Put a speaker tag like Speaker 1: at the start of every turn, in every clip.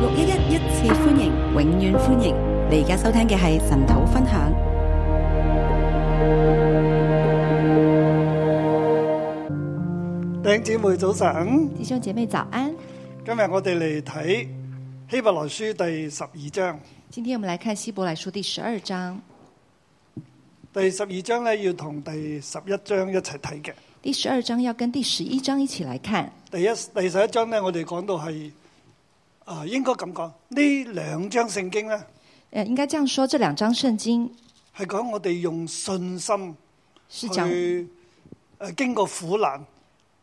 Speaker 1: 六一一一次歡迎，永遠歡迎！你而家收聽嘅係神土分享。
Speaker 2: 弟兄姊妹早晨，
Speaker 3: 弟兄姐妹早安，
Speaker 2: 今日我哋嚟睇希伯來書第十二章。
Speaker 3: 今天我们来看希伯来书第十二章。
Speaker 2: 第十二章咧要同第十一章一齊睇嘅。
Speaker 3: 第十二章要跟第十一章一起来看。
Speaker 2: 第一第十一章咧，我哋講到係啊、應該咁講，呢兩章聖經咧
Speaker 3: 呃，應該這樣說，這兩章聖經
Speaker 2: 係講我哋用信心
Speaker 3: 是
Speaker 2: 去
Speaker 3: 講
Speaker 2: 誒、呃、經過苦難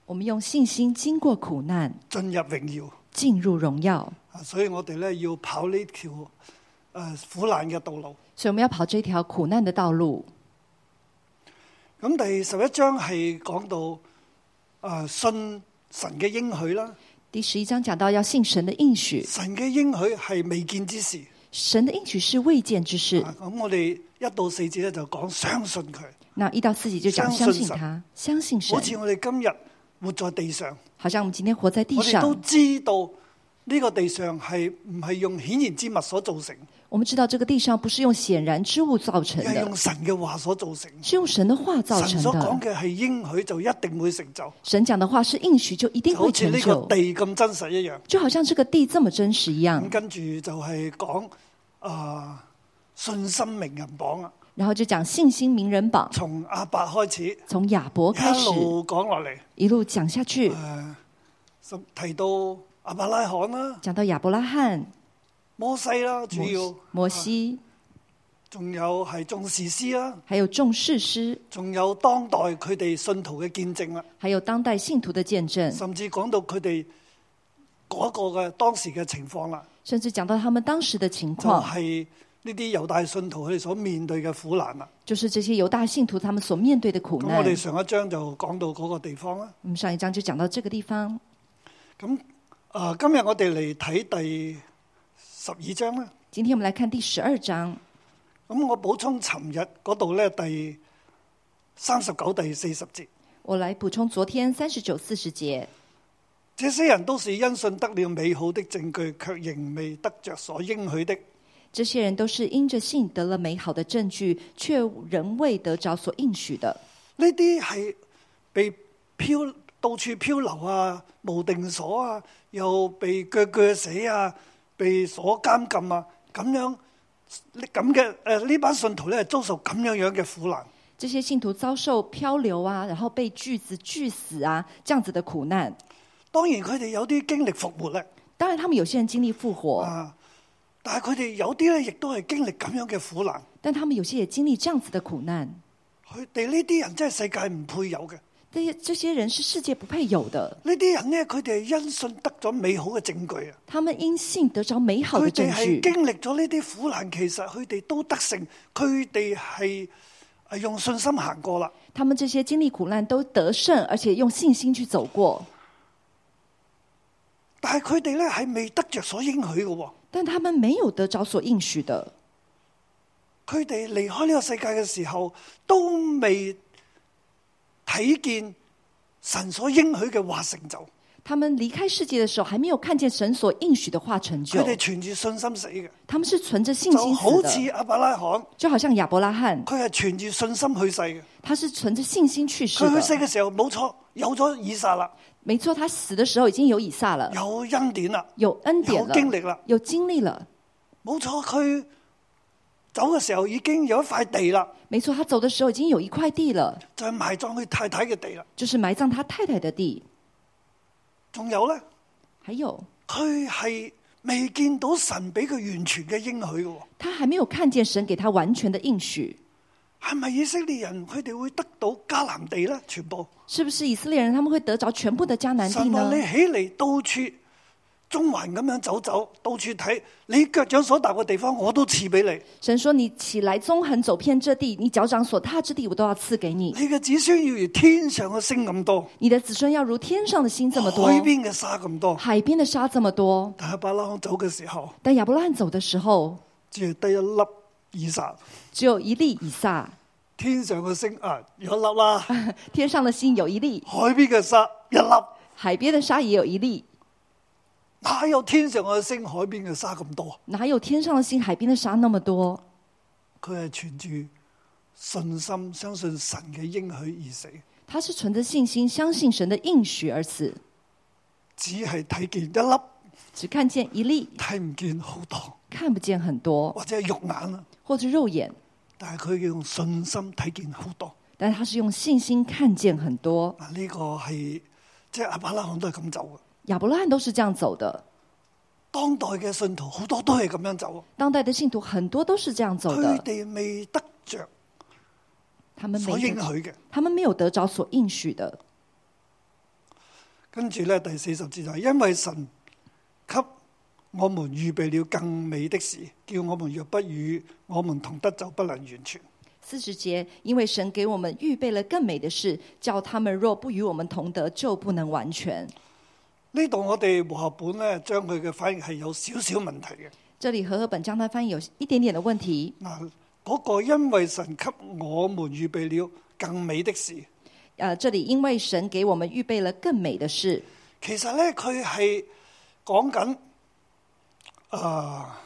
Speaker 3: 我們用信心經過苦難
Speaker 2: 進入榮耀
Speaker 3: 進入榮耀，
Speaker 2: 啊，所以我哋咧要跑呢條誒、呃苦難嘅道路。
Speaker 3: 所以我們要跑這條苦難的道路。
Speaker 2: 咁第十一章係講到誒、呃信神嘅應許啦。
Speaker 3: 第十一章講到要信神的應許，
Speaker 2: 神嘅應許係未見之事，
Speaker 3: 神的應許是未見之事。
Speaker 2: 啊咁我哋一到四節咧就講相信佢，
Speaker 3: 那一到四節就講
Speaker 2: 相
Speaker 3: 相
Speaker 2: 信
Speaker 3: 信
Speaker 2: 神
Speaker 3: 他，相信神
Speaker 2: 好，似我哋今日活在地上，
Speaker 3: 好像我們今天活在地
Speaker 2: 我哋都
Speaker 3: 上，
Speaker 2: 知道呢個地上係唔係用顯然之物所造成，
Speaker 3: 我們知道這個地上不是用顯然之物造成
Speaker 2: 而係
Speaker 3: 的
Speaker 2: 用，神嘅話所造成。
Speaker 3: 是用神的話造
Speaker 2: 神
Speaker 3: 成
Speaker 2: 所
Speaker 3: 的
Speaker 2: 講。嘅係應許就一定會成就，
Speaker 3: 神講的話是應許，就一定
Speaker 2: 就好
Speaker 3: 會
Speaker 2: 似
Speaker 3: 成
Speaker 2: 呢個
Speaker 3: 就，
Speaker 2: 地嗯咁真實一樣。
Speaker 3: 就好像這個地這麼真實一
Speaker 2: 咁
Speaker 3: 樣。
Speaker 2: 跟住就係講啊信心名人榜啊，
Speaker 3: 然後就講信心名人榜，
Speaker 2: 從亞伯開始，
Speaker 3: 從亞伯開
Speaker 2: 一
Speaker 3: 始
Speaker 2: 路講落嚟。
Speaker 3: 一路講下去，
Speaker 2: 就啊提到阿伯拉罕啦、
Speaker 3: 講到亞伯拉罕、
Speaker 2: 摩西啦，主要
Speaker 3: 摩摩西，
Speaker 2: 仲有係眾士師啦，
Speaker 3: 還有眾士師，
Speaker 2: 仲有當代佢哋信徒嘅見證啦，
Speaker 3: 還有當代信徒的見證，
Speaker 2: 甚至講到佢哋嗰個嘅當時嘅情況啦，
Speaker 3: 甚至講到他們當時的情
Speaker 2: 就
Speaker 3: 況，
Speaker 2: 係呢啲猶大信徒佢哋所面對嘅苦難啦。
Speaker 3: 就是這些猶大信徒他們所面對的苦
Speaker 2: 咁
Speaker 3: 難
Speaker 2: 我哋。上一章就講到嗰個地方啦。
Speaker 3: 我們上一章就講到這個地方，
Speaker 2: 咁啊、呃今日我哋嚟睇第十二章啦。
Speaker 3: 今天我們來看第十二章，
Speaker 2: 咁我補充尋日嗰度咧第三十九、第四十節。
Speaker 3: 我來補充昨天三十九、四十節。
Speaker 2: 这些人都是因信得了美好的證據，卻仍未得着所應許的。
Speaker 3: 这些人都是因着信得了美好的证据，却仍未得着所应许的。
Speaker 2: 呢啲係被漂到處漂流啊，無定所啊，又被鋸鋸死啊，被所監禁啊，咁樣呢咁嘅誒呢班信徒咧，遭受咁樣樣嘅苦難。
Speaker 3: 这些信徒遭受漂流啊，然后被锯子锯死啊，这样子的苦难。
Speaker 2: 當然佢哋有啲經歷復活咧，
Speaker 3: 当然，他们有些人经历复活，
Speaker 2: 啊，但係佢哋有啲咧，亦都係經歷咁樣嘅苦難。
Speaker 3: 但他们有些也经歷这样子的苦難。
Speaker 2: 佢哋呢啲人真係世界唔配有嘅。
Speaker 3: 这些这些人是世界不配有的，
Speaker 2: 呢啲人咧，佢哋係因信得咗美好嘅證據啊。
Speaker 3: 他们因信得着美好
Speaker 2: 佢
Speaker 3: 的
Speaker 2: 哋
Speaker 3: 证
Speaker 2: 係
Speaker 3: 據。
Speaker 2: 經歷咗呢啲苦難，其實佢哋都得勝，佢哋係呃用信心行過啦。
Speaker 3: 他们这些经歷苦難都得勝，而且用信心去走过。
Speaker 2: 但係佢哋咧係未得着所應許嘅喎。
Speaker 3: 但他们没有得着所应许的，
Speaker 2: 佢哋離開呢個世界嘅時候，都未睇見神所應許嘅話成就。
Speaker 3: 他们離開世界的時候，還沒有看見神所應許的話成就
Speaker 2: 佢。哋存住信心死嘅，
Speaker 3: 他们是存着信
Speaker 2: 就
Speaker 3: 心
Speaker 2: 好
Speaker 3: 死
Speaker 2: 似
Speaker 3: 的，
Speaker 2: 亞伯拉罕，
Speaker 3: 就好像亞伯拉罕，
Speaker 2: 佢係存住信心去世嘅。
Speaker 3: 他是存着信心去世
Speaker 2: 佢去世嘅
Speaker 3: 的。
Speaker 2: 時候冇錯，有咗以撒啦，
Speaker 3: 没错，他死的時候已經有以撒了，
Speaker 2: 有恩典啦，
Speaker 3: 有恩典
Speaker 2: 有經歷
Speaker 3: 了，
Speaker 2: 啦，
Speaker 3: 有經歷了。
Speaker 2: 冇錯，佢走嘅時候已經有一塊地啦。
Speaker 3: 没錯，他走的時候已經有一塊地了，
Speaker 2: 就係埋葬佢太太嘅地啦。
Speaker 3: 就是埋葬他太太的地。
Speaker 2: 仲有咧，
Speaker 3: 還有，
Speaker 2: 佢係未見到神俾佢完全嘅應許嘅喎。
Speaker 3: 他還沒有看見神給他完全的應許。
Speaker 2: 係咪以色列人佢哋會得到迦南地咧？全部
Speaker 3: 是不是以色列人他們會得着全部的迦南地
Speaker 2: 神
Speaker 3: 呢
Speaker 2: 話？你起嚟到處中環咁樣走走，到處睇你腳掌所踏嘅地方，我都賜俾你。
Speaker 3: 神說：“你起來，縱橫走遍这地，你腳掌所踏之地，我都要賜給你。
Speaker 2: 你嘅子孫要如天上嘅星咁多，
Speaker 3: 你的子孫要如天上的星這麼多
Speaker 2: 海，邊嘅沙咁多。
Speaker 3: 海邊的沙這麼多。”
Speaker 2: 但係伯拉罕走嘅時候，
Speaker 3: 但亞伯拉罕走的時候，
Speaker 2: 只係得一粒以撒，
Speaker 3: 只有一粒以 撒，
Speaker 2: 天上嘅星啊有一粒啦，海
Speaker 3: 天上的星有一粒，
Speaker 2: 邊嘅沙一粒。
Speaker 3: 海邊的沙也有一粒。
Speaker 2: 哪有天上嘅星、海邊嘅沙咁多？
Speaker 3: 哪有天上的星，海边的沙那么多？
Speaker 2: 佢係存住信心，相信神嘅應許而死，
Speaker 3: 他是存着信心，相信神的应许而死，
Speaker 2: 只係睇見一粒，
Speaker 3: 只看见一粒，
Speaker 2: 睇唔見好多，
Speaker 3: 看不见很多，
Speaker 2: 或者係肉眼啦。
Speaker 3: 或者肉眼，
Speaker 2: 但係佢用信心睇見好多。
Speaker 3: 但他是用信心看见很多。
Speaker 2: 嗱，呢個係即係阿伯拉罕都係咁走嘅。
Speaker 3: 亚伯拉罕都是这样走的，
Speaker 2: 當代嘅信徒好多都係咁樣走，
Speaker 3: 当代的信徒很多都是这样走
Speaker 2: 佢
Speaker 3: 的，
Speaker 2: 哋未得着
Speaker 3: 他们
Speaker 2: 所
Speaker 3: 没
Speaker 2: 應
Speaker 3: 得
Speaker 2: 許嘅。
Speaker 3: 他们没有得着所应许的。
Speaker 2: 跟住咧，第四十節就係因為神給我們預備了更美的事，叫我們若不與我們同得，就不能完全。
Speaker 3: 四十节，因为神给我们预备了更美的事，叫他们若不与我们同德，就不能完全。
Speaker 2: 呢度我哋和合本咧，將佢嘅翻譯係有少少問題嘅。
Speaker 3: 这里和合本将它翻译有一点点的问题。
Speaker 2: 嗱，嗰個因為神給我們預備了更美的事，
Speaker 3: 呃，这里因为神给我们预备了更美的事，
Speaker 2: 其實咧佢係講緊啊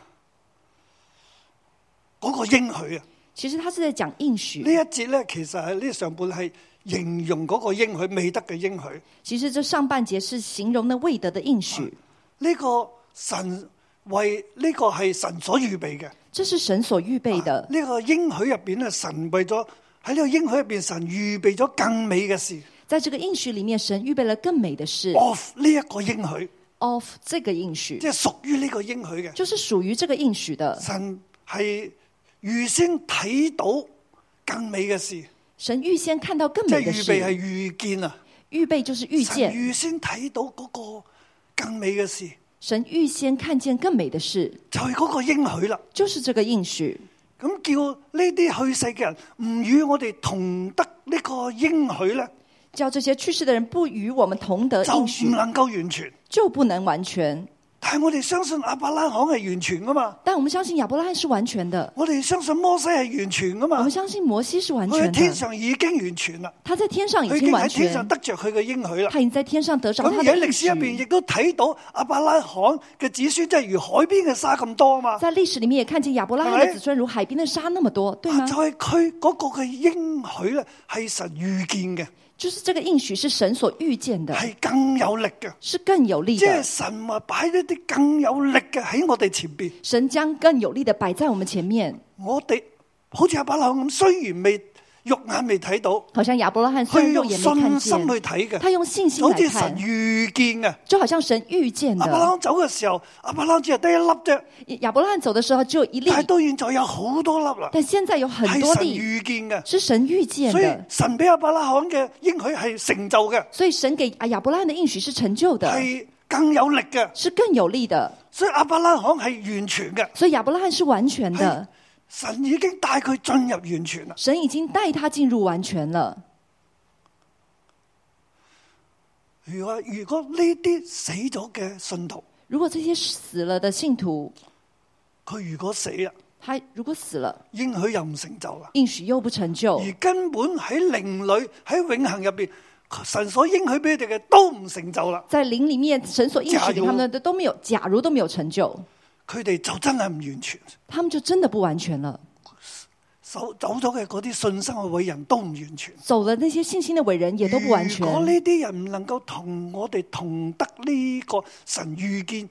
Speaker 2: 嗰個應許啊。
Speaker 3: 其实他是在讲应许
Speaker 2: 呢。一節咧，其實係呢上半係形容嗰個應許未得嘅應許。
Speaker 3: 其实这上半节是形容那未得的应许，
Speaker 2: 呢、個神為呢、個係神所預備嘅。
Speaker 3: 这是神所预备
Speaker 2: 呢、
Speaker 3: 的。
Speaker 2: 個應許入边咧，神為咗喺呢個應許入边，神預備咗更美嘅事。
Speaker 3: 在这个应许里面，神预备了更美的事。
Speaker 2: of 呢一個應許，
Speaker 3: of 这个应许
Speaker 2: 即，係屬於呢個應許嘅。
Speaker 3: 就是属于这个应许的。
Speaker 2: 神係預先睇到更美嘅事，
Speaker 3: 神预先看到更
Speaker 2: 即係
Speaker 3: 美的
Speaker 2: 預備係
Speaker 3: 事，
Speaker 2: 預見啊。
Speaker 3: 预备就是预
Speaker 2: 神
Speaker 3: 见。
Speaker 2: 預先睇到嗰個更美嘅事，
Speaker 3: 神预先看见更美的事，
Speaker 2: 就係嗰個應許啦。
Speaker 3: 就是这个应许，
Speaker 2: 咁叫呢啲去世嘅人唔與我哋同得呢個應許咧，
Speaker 3: 叫这些去世的人不与我们同得
Speaker 2: 就
Speaker 3: 应许
Speaker 2: 唔，能夠完全。
Speaker 3: 就不能完全。
Speaker 2: 但係我哋相信阿伯拉罕係完全噶嘛，
Speaker 3: 但我们相信亚伯拉罕是完全的，
Speaker 2: 我哋相信摩西係完全噶
Speaker 3: 我
Speaker 2: 嘛
Speaker 3: 们，相信摩西是完
Speaker 2: 佢喺
Speaker 3: 全
Speaker 2: 天
Speaker 3: 的，
Speaker 2: 上已經完全啦，
Speaker 3: 他在天上
Speaker 2: 佢
Speaker 3: 已
Speaker 2: 已
Speaker 3: 经
Speaker 2: 經
Speaker 3: 完
Speaker 2: 喺天
Speaker 3: 全
Speaker 2: 上，得着佢嘅應許啦。
Speaker 3: 他已经在天上得着
Speaker 2: 咁
Speaker 3: 他
Speaker 2: 而喺
Speaker 3: 的应
Speaker 2: 歷史入邊
Speaker 3: 许
Speaker 2: 亦。都睇到阿伯拉罕嘅子孫真係如海邊嘅沙咁多啊嘛，
Speaker 3: 在历史里面也看见亚伯拉罕的子孙如海边的沙那么多，对啊吗
Speaker 2: 啊就？係佢嗰個嘅應許咧，係神預見嘅，
Speaker 3: 就是这个应许是神所预见的，
Speaker 2: 係更有力嘅，
Speaker 3: 是更有力
Speaker 2: 即係
Speaker 3: 的。
Speaker 2: 神話擺一啲更有力嘅喺我哋前邊。
Speaker 3: 神将更有力的摆在我们前面，
Speaker 2: 我哋好似阿伯拉罕咁，雖然未肉眼未睇到，
Speaker 3: 好像亚伯拉罕虽
Speaker 2: 佢
Speaker 3: 然肉
Speaker 2: 用
Speaker 3: 眼
Speaker 2: 信
Speaker 3: 没看
Speaker 2: 心去
Speaker 3: 见，
Speaker 2: 睇嘅，
Speaker 3: 他用信心
Speaker 2: 就
Speaker 3: 来
Speaker 2: 好似神
Speaker 3: 看。
Speaker 2: 預見嘅。
Speaker 3: 就好像神预见
Speaker 2: 阿伯拉
Speaker 3: 的，
Speaker 2: 罕走嘅時候，阿伯拉罕只係得一粒啫，
Speaker 3: 亚伯拉罕走的时候只有一粒
Speaker 2: 但，係到現在有好多粒啦，
Speaker 3: 但现在有很
Speaker 2: 係
Speaker 3: 多
Speaker 2: 神
Speaker 3: 粒
Speaker 2: 預見嘅。
Speaker 3: 是神预见
Speaker 2: 所以
Speaker 3: 的，
Speaker 2: 神俾阿伯拉罕嘅應許係成就嘅，
Speaker 3: 所以神给啊亚伯拉罕的应许是成就的，
Speaker 2: 係更有力嘅。
Speaker 3: 是更有力的，
Speaker 2: 所以阿伯拉罕係完全嘅，
Speaker 3: 所以亚伯拉罕是完全的，
Speaker 2: 神已經帶佢進入完全啦。
Speaker 3: 神已经带他进入完全了。
Speaker 2: 如果如果呢啲死咗嘅信徒，
Speaker 3: 如果这些死了的信徒，
Speaker 2: 佢如果死啦，
Speaker 3: 他如果死了，
Speaker 2: 應許又唔成就啦。
Speaker 3: 应许又不成就，
Speaker 2: 而根本喺靈裏喺永恆入边，神所應許俾佢哋嘅都唔成就啦。
Speaker 3: 在灵里面神所应许给他们的都没有，假如都没有成就，
Speaker 2: 佢哋就真係唔完全，
Speaker 3: 他们就真的不完全了。
Speaker 2: 走走咗嘅嗰啲信心嘅偉人都唔完全，
Speaker 3: 走了那些信心的伟人也都不完全。
Speaker 2: 如果呢啲人唔能夠同我哋同得呢個神預見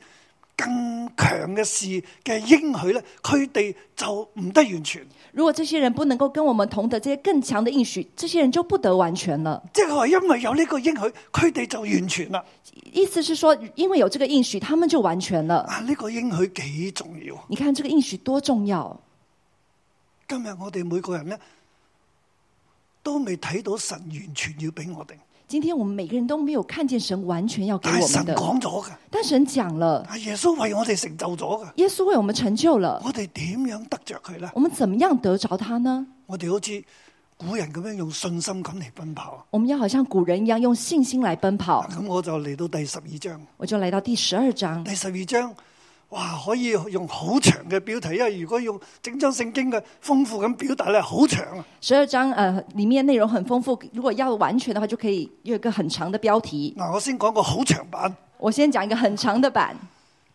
Speaker 2: 更強嘅事嘅應許咧，佢哋就唔得完全。
Speaker 3: 如果这些人不能够跟我们同得这些更强的应许，这些人就不得完全了。
Speaker 2: 即係話因為有呢個應許，佢哋就完全啦。
Speaker 3: 意思是说，因为有这个应许，他们就完全了。
Speaker 2: 啊，呢、個應許幾重要。啊
Speaker 3: 你看这个应许多重要！
Speaker 2: 今日我哋每個人咧都未睇到神完全要俾我哋，
Speaker 3: 今天我们每个人都没有看见神完全要给
Speaker 2: 但
Speaker 3: 我
Speaker 2: 係神
Speaker 3: 们的，
Speaker 2: 講咗嘅，
Speaker 3: 但神讲了，
Speaker 2: 啊耶穌為我哋成就咗嘅，
Speaker 3: 耶稣为我们成就了，
Speaker 2: 我哋點樣得着佢咧？
Speaker 3: 我们怎么样得着他呢？
Speaker 2: 我哋好似古人咁樣用信心咁嚟奔跑。啊
Speaker 3: 我们要好像古人一样用信心来奔跑。
Speaker 2: 咁我就嚟到第十二章，
Speaker 3: 我就来到第十二章，
Speaker 2: 第十二章哇，可以用好長嘅標題，因為如果用整張聖經嘅豐富咁表達咧，好長啊。
Speaker 3: 十二章呃里面内容很丰富，如果要完全的话，就可以有一个很长的标题。
Speaker 2: 嗱，我先講個好長版，
Speaker 3: 我先讲一个很长的版，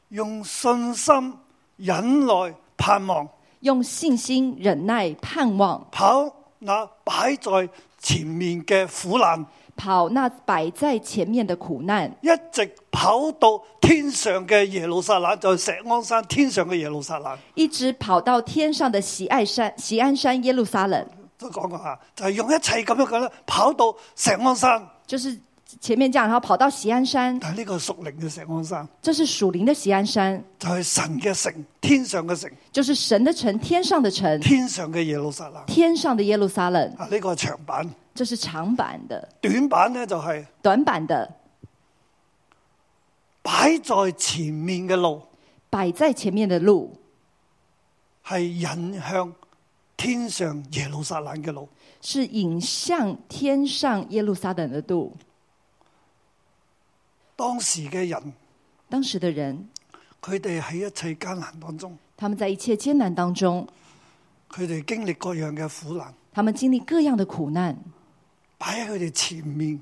Speaker 2: 用信心、忍耐、盼望
Speaker 3: 用信心、忍耐、盼望
Speaker 2: 跑那擺在前面嘅苦難，
Speaker 3: 跑那摆在前面的苦难，
Speaker 2: 一直跑到天上嘅耶路撒冷，就係石安山天上嘅耶路撒冷。
Speaker 3: 一直跑到天上的喜爱山、喜安山、耶路撒冷。
Speaker 2: 都講過啊，就係、用一切咁樣嘅咧，跑到石安山。
Speaker 3: 就是前面这样，然后跑到喜安山，
Speaker 2: 但係呢個係屬靈嘅石安山，
Speaker 3: 这是属灵的喜安山，
Speaker 2: 就係、神嘅城，天上嘅城，
Speaker 3: 就是神的城，天上的城，
Speaker 2: 天上嘅耶路撒冷。
Speaker 3: 天上的耶路撒冷，
Speaker 2: 啊，呢、個係長版，
Speaker 3: 这是长版的，
Speaker 2: 短版咧就係、
Speaker 3: 短版的
Speaker 2: 擺在前面嘅路
Speaker 3: 摆在前面的路
Speaker 2: 係引向天上耶路撒冷嘅路。
Speaker 3: 是引向天上耶路撒冷的路。
Speaker 2: 當時嘅人，
Speaker 3: 当时的人，
Speaker 2: 佢哋喺一切艱難當中，
Speaker 3: 他们在一切艰难当中，
Speaker 2: 佢哋經歷各樣嘅苦難，
Speaker 3: 他们经历各样的苦難，
Speaker 2: 擺喺佢哋前面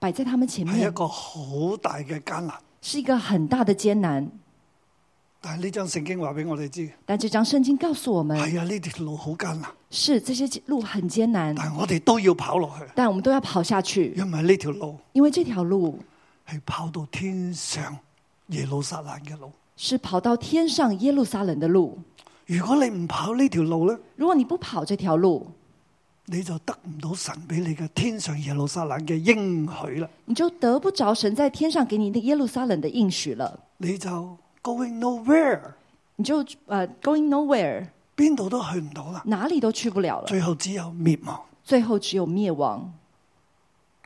Speaker 3: 摆在他们前
Speaker 2: 係一
Speaker 3: 面
Speaker 2: 個好大嘅艱難。
Speaker 3: 是一个很大的艰难。
Speaker 2: 但係呢張聖經話俾我哋知，
Speaker 3: 但这张圣经告诉我们，
Speaker 2: 係啊，呢條路好艱難，
Speaker 3: 是这些路很艰难，
Speaker 2: 但係我哋都要跑落去，
Speaker 3: 但我们都要跑下去，
Speaker 2: 因為呢條路
Speaker 3: 因为这条路
Speaker 2: 係跑到天上耶路撒冷嘅路。
Speaker 3: 是跑到天上耶路撒冷的路。
Speaker 2: 如果你唔跑呢條路呢，
Speaker 3: 如果你不跑这条路，
Speaker 2: 你就得唔到神俾你嘅天上耶路撒冷嘅應許啦，
Speaker 3: 你就得不着神在天上给你的耶路撒冷的应许了，
Speaker 2: 你就 going nowhere，
Speaker 3: 你就呃 going nowhere，
Speaker 2: 邊度都去唔到啦，
Speaker 3: 哪里都去不了了，
Speaker 2: 最後只有滅亡。
Speaker 3: 最后只有灭亡。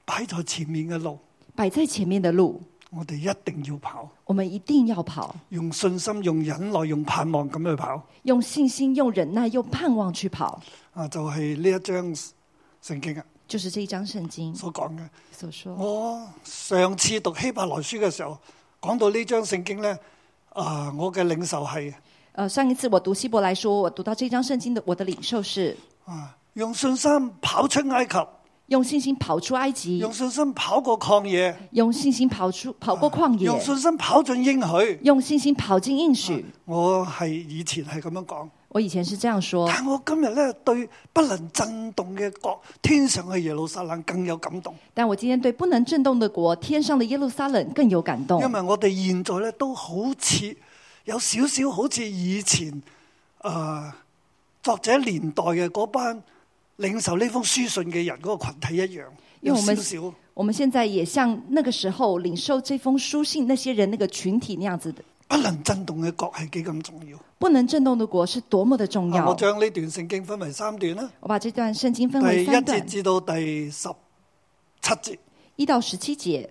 Speaker 2: 擺在前面嘅路，
Speaker 3: 摆在前面的路，
Speaker 2: 我哋一定要跑，
Speaker 3: 我们一定要跑，
Speaker 2: 用信心、用忍耐、用盼望咁去跑。
Speaker 3: 用信心、用忍耐、用盼望去跑，
Speaker 2: 啊，就係呢一章聖經啊
Speaker 3: 就是这一章圣经
Speaker 2: 所講嘅。
Speaker 3: 所说。
Speaker 2: 我上次讀希伯來書嘅時候，講到呢章聖經呢，啊，我嘅領受係
Speaker 3: 呃，上一次我读希伯来说，我读到这章圣经的，我的领受是
Speaker 2: 啊，用信心跑出埃及，
Speaker 3: 用信心跑出埃及
Speaker 2: 用，信心跑過曠野，
Speaker 3: 用信心跑出跑过旷野
Speaker 2: 用，信心啊跑進應許。
Speaker 3: 用信心跑进应许。
Speaker 2: 我係以前係咁樣講，
Speaker 3: 我以前是这样说，
Speaker 2: 但我今日呢，對不能震動嘅國，天上嘅耶路撒冷更有感動，
Speaker 3: 但我今天对不能震动的国、天上的耶路撒冷更有感动
Speaker 2: 因，為我哋現在呢，都好似有少少好似以前啊作者年代嘅嗰班領受呢封書信嘅人嗰個群體一樣，
Speaker 3: 因
Speaker 2: 有
Speaker 3: 為我
Speaker 2: 少
Speaker 3: 們
Speaker 2: 少。
Speaker 3: 我们现在也像那个时候领受这封书信那些人那个群体那样子的。
Speaker 2: 不能震動嘅國係幾咁重要。
Speaker 3: 不能震动的国是多么的重
Speaker 2: 啊
Speaker 3: 要。
Speaker 2: 我將呢段聖經分為三段啦，
Speaker 3: 我把这段圣经分
Speaker 2: 第
Speaker 3: 为
Speaker 2: 一
Speaker 3: 三
Speaker 2: 節
Speaker 3: 段，
Speaker 2: 至到第十七節。
Speaker 3: 一到十七节，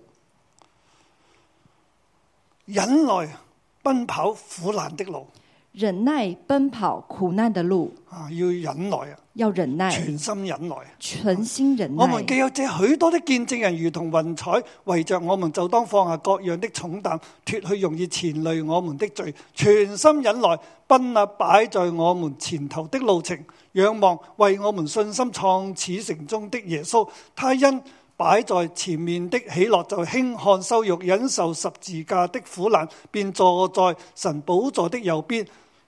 Speaker 2: 忍耐奔跑苦難的路
Speaker 3: 忍耐奔跑苦难的路，
Speaker 2: 啊，要忍耐啊，
Speaker 3: 要忍耐，
Speaker 2: 全心 Oh 忍耐。啊
Speaker 3: 存心忍
Speaker 2: 我
Speaker 3: 耐
Speaker 2: 們。既有這許多的見證人，如同雲彩圍着我們，就當放下各樣的重擔，脱去容易纏累我們的罪，全心忍耐，奔啊擺在我們前頭的路程，仰望為我們信心創始成終的耶穌，他因擺在前面的喜樂，就輕看羞辱，忍受十字架的苦難，便坐在神寶座的右邊。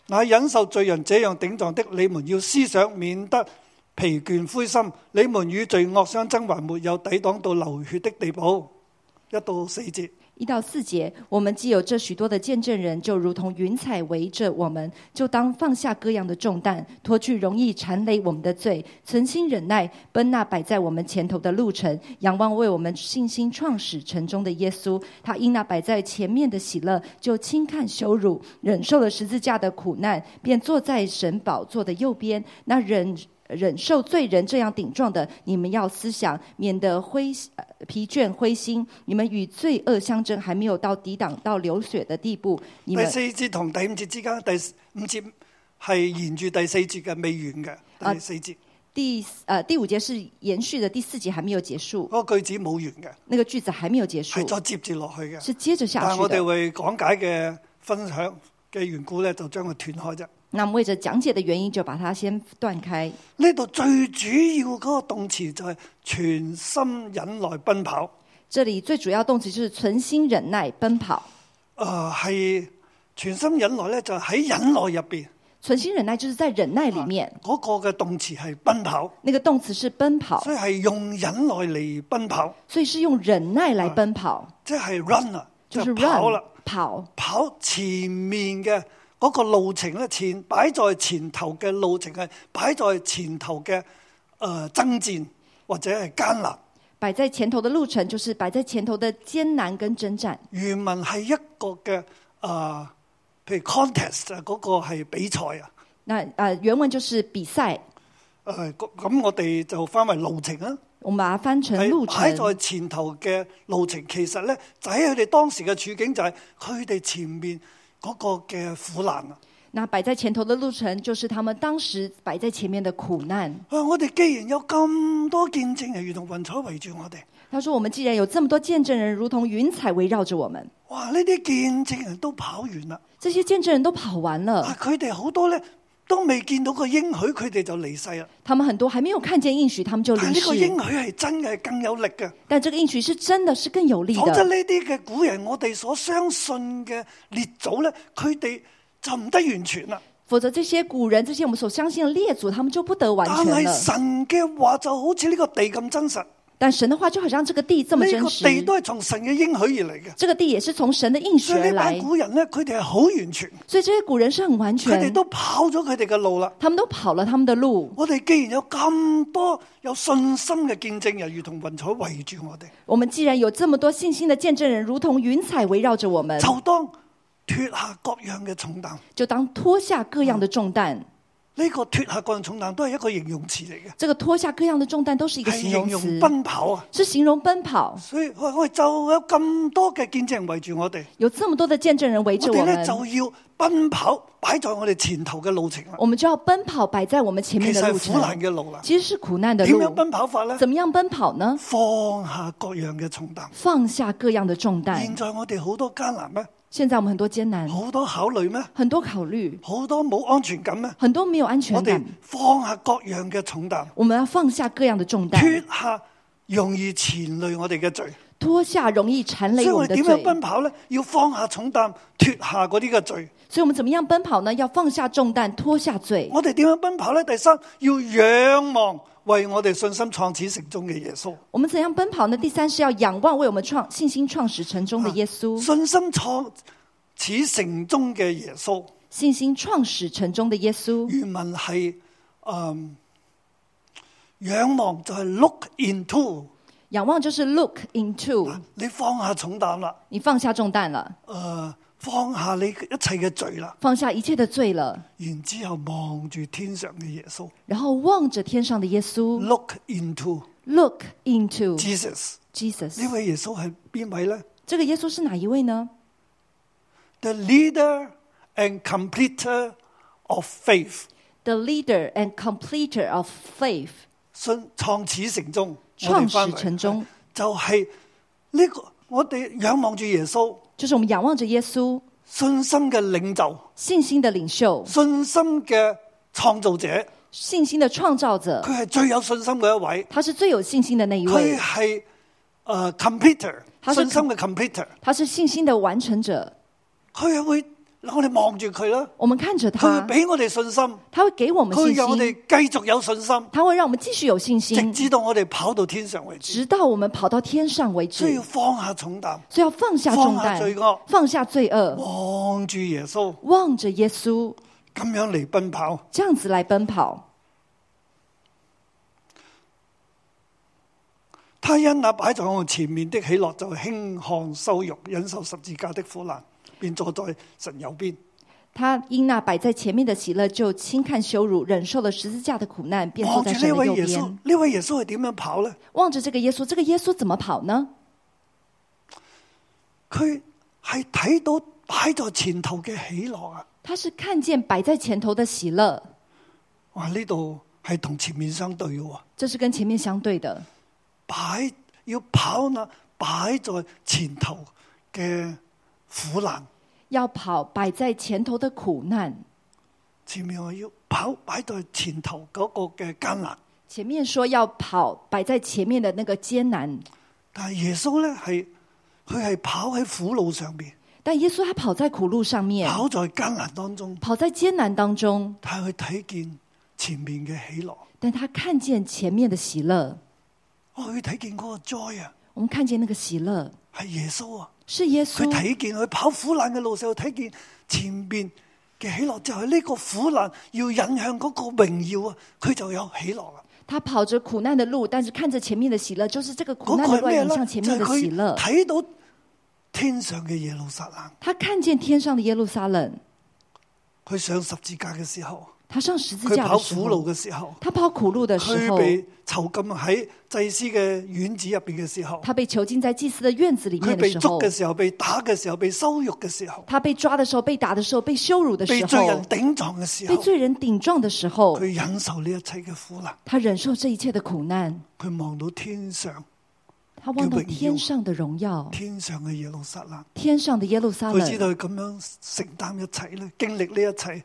Speaker 2: 那忍受罪人這樣頂撞的，你們要思想，免得疲倦灰心。你們與罪惡相爭，還沒有抵擋到流血的地步。一到四節，
Speaker 3: 一到四节，我们既有这许多的见证人，就如同云彩围着我们，就当放下各样的重担，脱去容易缠累我们的罪，存心忍耐，奔那摆在我们前头的路程，仰望为我们信心创始成终的耶稣。他因那摆在前面的喜乐，就轻看羞辱，忍受了十字架的苦难，便坐在神宝座的右边。那忍。忍受罪人这样顶撞的，你们要思想，免得灰呃疲倦灰心。你们与罪恶相争，还没有到抵挡到流血的地步。你
Speaker 2: 第
Speaker 3: 们
Speaker 2: 四節同第五節之間，第五節係沿住第四節嘅未完嘅，
Speaker 3: 啊
Speaker 2: 第四節
Speaker 3: 第四呃第五节是延续的，第四节还没有结束，
Speaker 2: 嗰、個句子冇完嘅，
Speaker 3: 那个句子还没有结束
Speaker 2: 係，再接住落去嘅。
Speaker 3: 是接着下
Speaker 2: 但係
Speaker 3: 去
Speaker 2: 我哋
Speaker 3: 的。
Speaker 2: 會講解嘅分享嘅緣故咧，就將佢斷開啫。
Speaker 3: 那我们为着讲解的原因，就把它先断开。
Speaker 2: 呢度最主要嗰個動詞就係全心忍耐奔跑，
Speaker 3: 这里最主要动词就是存心忍耐奔跑。
Speaker 2: 誒、係啊全心忍耐咧，就喺忍耐入邊
Speaker 3: 存心忍耐就是在忍耐里面，
Speaker 2: 嗰個嘅動詞係奔跑，
Speaker 3: 那个动词是奔跑，
Speaker 2: 所以係用忍耐嚟奔跑，
Speaker 3: 所以是用忍耐来奔跑，
Speaker 2: 即係 run 啦，即
Speaker 3: 就是
Speaker 2: 係
Speaker 3: run
Speaker 2: 嗯跑啦，
Speaker 3: 跑
Speaker 2: 跑前面嘅嗰個路程咧，前擺在前頭嘅路程係擺在前頭嘅誒、呃、爭戰或者係艱難。
Speaker 3: 摆在前头的路程，就是摆在前头的艰难跟征战。
Speaker 2: 原文係一個嘅啊、譬如 contest 啊，嗰個係比賽啊。
Speaker 3: 那呃，原文就是比赛，
Speaker 2: 誒、咁呃咁我哋就翻為路程啊啦，
Speaker 3: 我们把它翻成路
Speaker 2: 係
Speaker 3: 程，
Speaker 2: 擺在前頭嘅路程。其實咧，就喺佢哋當時嘅處境，就係佢哋前面嗰個嘅苦難啊。
Speaker 3: 那摆在前头的路程，就是他们当时摆在前面的苦难。
Speaker 2: 啊！我哋既然有咁多見證人，如同雲彩圍住我哋，
Speaker 3: 他说：“我们既然有这么多见证人，如同云彩围绕着我们，
Speaker 2: 哇！呢啲見證人都跑完啦，
Speaker 3: 这些见证人都跑完
Speaker 2: 啊！
Speaker 3: 了，
Speaker 2: 佢哋好多咧都未見到個應許，佢哋就離世啦。
Speaker 3: 他们很多还没有看见应许，他们就
Speaker 2: 但
Speaker 3: 离
Speaker 2: 呢個
Speaker 3: 世
Speaker 2: 應。許係真嘅，係更有力嘅。
Speaker 3: 但这个应许是真的是更有力
Speaker 2: 否則
Speaker 3: 的。
Speaker 2: 呢啲嘅古人，我哋所相信嘅列祖咧，佢哋就唔得完全啦。
Speaker 3: 否则，这些古人、这些我们所相信的列祖，他们就不得完
Speaker 2: 但
Speaker 3: 全
Speaker 2: 係
Speaker 3: 了。
Speaker 2: 神嘅話就好似呢個地咁真實，呢
Speaker 3: 但神的话就好像这个地这么真
Speaker 2: 個
Speaker 3: 实，
Speaker 2: 地都係從神嘅應許而嚟嘅。
Speaker 3: 这个地也是从神的应许
Speaker 2: 所以
Speaker 3: 而
Speaker 2: 呢班
Speaker 3: 来。
Speaker 2: 古人咧，佢哋係好完全，
Speaker 3: 所以这些古人是很完
Speaker 2: 佢哋
Speaker 3: 全，
Speaker 2: 都跑咗佢哋嘅路啦。
Speaker 3: 他们都跑了他们的路。
Speaker 2: 我哋既然有咁多有信心嘅見證人，如同雲彩圍住我哋，
Speaker 3: 我们既然有这么多信心的见证人，如同云彩围绕着我们，
Speaker 2: 就當脱下各樣嘅重擔。
Speaker 3: 就当脱下各样的重担。
Speaker 2: 呢、個脱下各樣重擔都係一個形容詞嚟嘅，
Speaker 3: 这个脱下各样的重担都是一个
Speaker 2: 係
Speaker 3: 形
Speaker 2: 形
Speaker 3: 容
Speaker 2: 容
Speaker 3: 词，
Speaker 2: 奔跑啊。
Speaker 3: 是形容奔跑。
Speaker 2: 所以我我哋就有咁多嘅見證人圍住我哋，
Speaker 3: 有这么多的见证人围
Speaker 2: 我
Speaker 3: 着
Speaker 2: 哋
Speaker 3: 我
Speaker 2: 咧
Speaker 3: 们，
Speaker 2: 就要奔跑，擺在我哋前頭嘅路程啦。
Speaker 3: 我们就要奔跑摆在我们前
Speaker 2: 其
Speaker 3: 面
Speaker 2: 實
Speaker 3: 的路
Speaker 2: 係苦難
Speaker 3: 程。
Speaker 2: 嘅路啦。
Speaker 3: 其实是苦难的
Speaker 2: 點
Speaker 3: 路，
Speaker 2: 樣奔跑法咧？
Speaker 3: 怎么样奔跑呢？
Speaker 2: 放下各樣嘅重擔。
Speaker 3: 放下各样的重
Speaker 2: 現
Speaker 3: 担。
Speaker 2: 在我哋好多艱難咩？
Speaker 3: 现在我们很多艰难，
Speaker 2: 好多考慮咩？
Speaker 3: 很多考虑，
Speaker 2: 好多冇安全感咩？
Speaker 3: 很多没有安
Speaker 2: 我
Speaker 3: 全
Speaker 2: 哋
Speaker 3: 感。
Speaker 2: 放下各樣嘅重擔，
Speaker 3: 我们要放下各样的重担，
Speaker 2: 脱下容易纏累我哋嘅罪。
Speaker 3: 脱下容易缠
Speaker 2: 所
Speaker 3: 累
Speaker 2: 以
Speaker 3: 我
Speaker 2: 我
Speaker 3: 们
Speaker 2: 哋
Speaker 3: 的
Speaker 2: 點樣
Speaker 3: 罪。
Speaker 2: 奔跑咧？要放下重擔，脱下嗰啲嘅罪。
Speaker 3: 所以，我们怎么样奔跑呢？要放下重担，脱下罪。
Speaker 2: 我哋點樣奔跑呢？第三，要仰望為我哋信心創始成終嘅耶穌。
Speaker 3: 我们怎样奔跑呢？第三是要仰望为我们创信心创始成终的耶稣，
Speaker 2: 信心創始成終嘅耶穌，
Speaker 3: 信心创始成终的耶稣。
Speaker 2: 原文係嗯仰望就係 look into，
Speaker 3: 仰望就是 look into，
Speaker 2: 你放下重擔啦，
Speaker 3: 你放下重担了，
Speaker 2: 诶、放下你一切嘅罪啦，
Speaker 3: 放下一切的罪了，
Speaker 2: 然之后望住天上嘅耶穌
Speaker 3: 然后望着天上的耶稣
Speaker 2: look into
Speaker 3: ，look into
Speaker 2: Jesus。呢
Speaker 3: Jesus。
Speaker 2: 位耶穌係邊位呢？
Speaker 3: 这个耶稣是哪一位呢？
Speaker 2: t h e leader and completer of faith。
Speaker 3: the leader and completer of faith，
Speaker 2: 信創始成終，我
Speaker 3: 创
Speaker 2: 哋翻
Speaker 3: 始
Speaker 2: 嚟
Speaker 3: 成终，
Speaker 2: 就係呢、個我哋仰望住耶穌，
Speaker 3: 就是我们仰望着耶稣，
Speaker 2: 信心嘅領袖，
Speaker 3: 信心的领袖，
Speaker 2: 信心嘅創造者，
Speaker 3: 信心的创造者，
Speaker 2: 佢係最有信心嘅一位，
Speaker 3: 他是最有信心的那一
Speaker 2: 佢
Speaker 3: 位，
Speaker 2: 係诶 completer
Speaker 3: 他是
Speaker 2: 信心嘅 completer，
Speaker 3: 他是信心的完成者。
Speaker 2: 佢係會我哋望住佢啦，
Speaker 3: 我们看着
Speaker 2: 佢會
Speaker 3: 他，
Speaker 2: 俾我哋信心，
Speaker 3: 他会给我们
Speaker 2: 佢會
Speaker 3: 信
Speaker 2: 讓我
Speaker 3: 心
Speaker 2: 哋，繼續有信心，
Speaker 3: 他会让我们继续有信
Speaker 2: 直
Speaker 3: 心，
Speaker 2: 至到我哋跑到天上為止，
Speaker 3: 直到我们跑到天上为
Speaker 2: 需
Speaker 3: 止
Speaker 2: 要。放下重擔，
Speaker 3: 所以要放下重
Speaker 2: 放下
Speaker 3: 担
Speaker 2: 罪恶，
Speaker 3: 放下罪恶，
Speaker 2: 望住耶穌
Speaker 3: 望着耶稣，
Speaker 2: 咁樣嚟奔跑。
Speaker 3: 这样子来奔跑。
Speaker 2: 他因那擺在我前面的喜樂，就輕看羞辱，忍受十字架的苦難，便坐在神右邊。
Speaker 3: 他因那摆在前面的喜乐，就轻看羞辱，忍受了十字架的苦难，便坐
Speaker 2: 望住
Speaker 3: 在
Speaker 2: 呢
Speaker 3: 神的
Speaker 2: 位
Speaker 3: 右
Speaker 2: 耶穌，
Speaker 3: 边。
Speaker 2: 呢位耶穌係點樣跑呢？
Speaker 3: 望着这个耶稣，这个耶稣怎么跑呢？
Speaker 2: 佢係睇到擺在前頭嘅喜樂啊！
Speaker 3: 他是看见摆在前头的喜乐，
Speaker 2: 哇，呢度係同前面相對嘅喎，
Speaker 3: 这是跟前面相对的。
Speaker 2: 擺要跑那擺在前頭嘅苦難，
Speaker 3: 要跑摆在前头的苦难。
Speaker 2: 前面我要跑擺到前頭嗰個嘅艱難，
Speaker 3: 前面说要跑摆在前面的那个艰难，
Speaker 2: 但係耶穌咧係佢係跑喺苦路上面，
Speaker 3: 但耶稣他跑在苦路上面，
Speaker 2: 跑在艱難當中，
Speaker 3: 跑在艰难当中，
Speaker 2: 但係佢睇見前面嘅喜樂，
Speaker 3: 但他看见前面的喜乐。
Speaker 2: 哦，佢睇見嗰個 joy 啊，
Speaker 3: 我们看见那个喜乐
Speaker 2: 係耶穌啊，
Speaker 3: 是耶
Speaker 2: 佢
Speaker 3: 稣，
Speaker 2: 睇見佢跑苦難嘅路上，睇見前面嘅喜樂就係呢個苦難要引向嗰個榮耀啊，佢就有喜樂啊。
Speaker 3: 他跑着苦难的路，但是看着前面的喜乐，就是这个苦
Speaker 2: 嗰
Speaker 3: 难
Speaker 2: 個
Speaker 3: 的
Speaker 2: 係
Speaker 3: 路
Speaker 2: 咩
Speaker 3: 要
Speaker 2: 咧？
Speaker 3: 影向前
Speaker 2: 就
Speaker 3: 面的
Speaker 2: 係
Speaker 3: 喜乐
Speaker 2: 佢。睇到天上嘅耶路撒冷，
Speaker 3: 他看见天上的耶路撒冷，
Speaker 2: 佢上十字架嘅時候。
Speaker 3: 他上十字
Speaker 2: 佢
Speaker 3: 架的
Speaker 2: 跑
Speaker 3: 时
Speaker 2: 苦路
Speaker 3: 候，
Speaker 2: 嘅時候，
Speaker 3: 他跑苦路的时
Speaker 2: 佢
Speaker 3: 候，
Speaker 2: 被囚禁喺祭司嘅院子入邊嘅時候，
Speaker 3: 他被囚禁在祭司的院子里
Speaker 2: 佢
Speaker 3: 面的
Speaker 2: 被
Speaker 3: 时
Speaker 2: 捉
Speaker 3: 候
Speaker 2: 嘅，時候，被打嘅時候，被羞辱嘅時候，
Speaker 3: 他被抓的时候，被打的时候，被羞辱的
Speaker 2: 被
Speaker 3: 时
Speaker 2: 罪
Speaker 3: 候
Speaker 2: 人，頂撞嘅時
Speaker 3: 被
Speaker 2: 候，
Speaker 3: 罪人顶撞的时候，
Speaker 2: 佢忍受呢一切嘅苦難，
Speaker 3: 他忍受这一切的苦难，
Speaker 2: 佢望到天上
Speaker 3: 他望到
Speaker 2: 有荣耀
Speaker 3: 天上的荣耀，
Speaker 2: 天上嘅耶路撒冷，
Speaker 3: 天上的耶路撒
Speaker 2: 佢知道
Speaker 3: 冷，
Speaker 2: 佢咁樣承擔一切咧，經歷呢一切，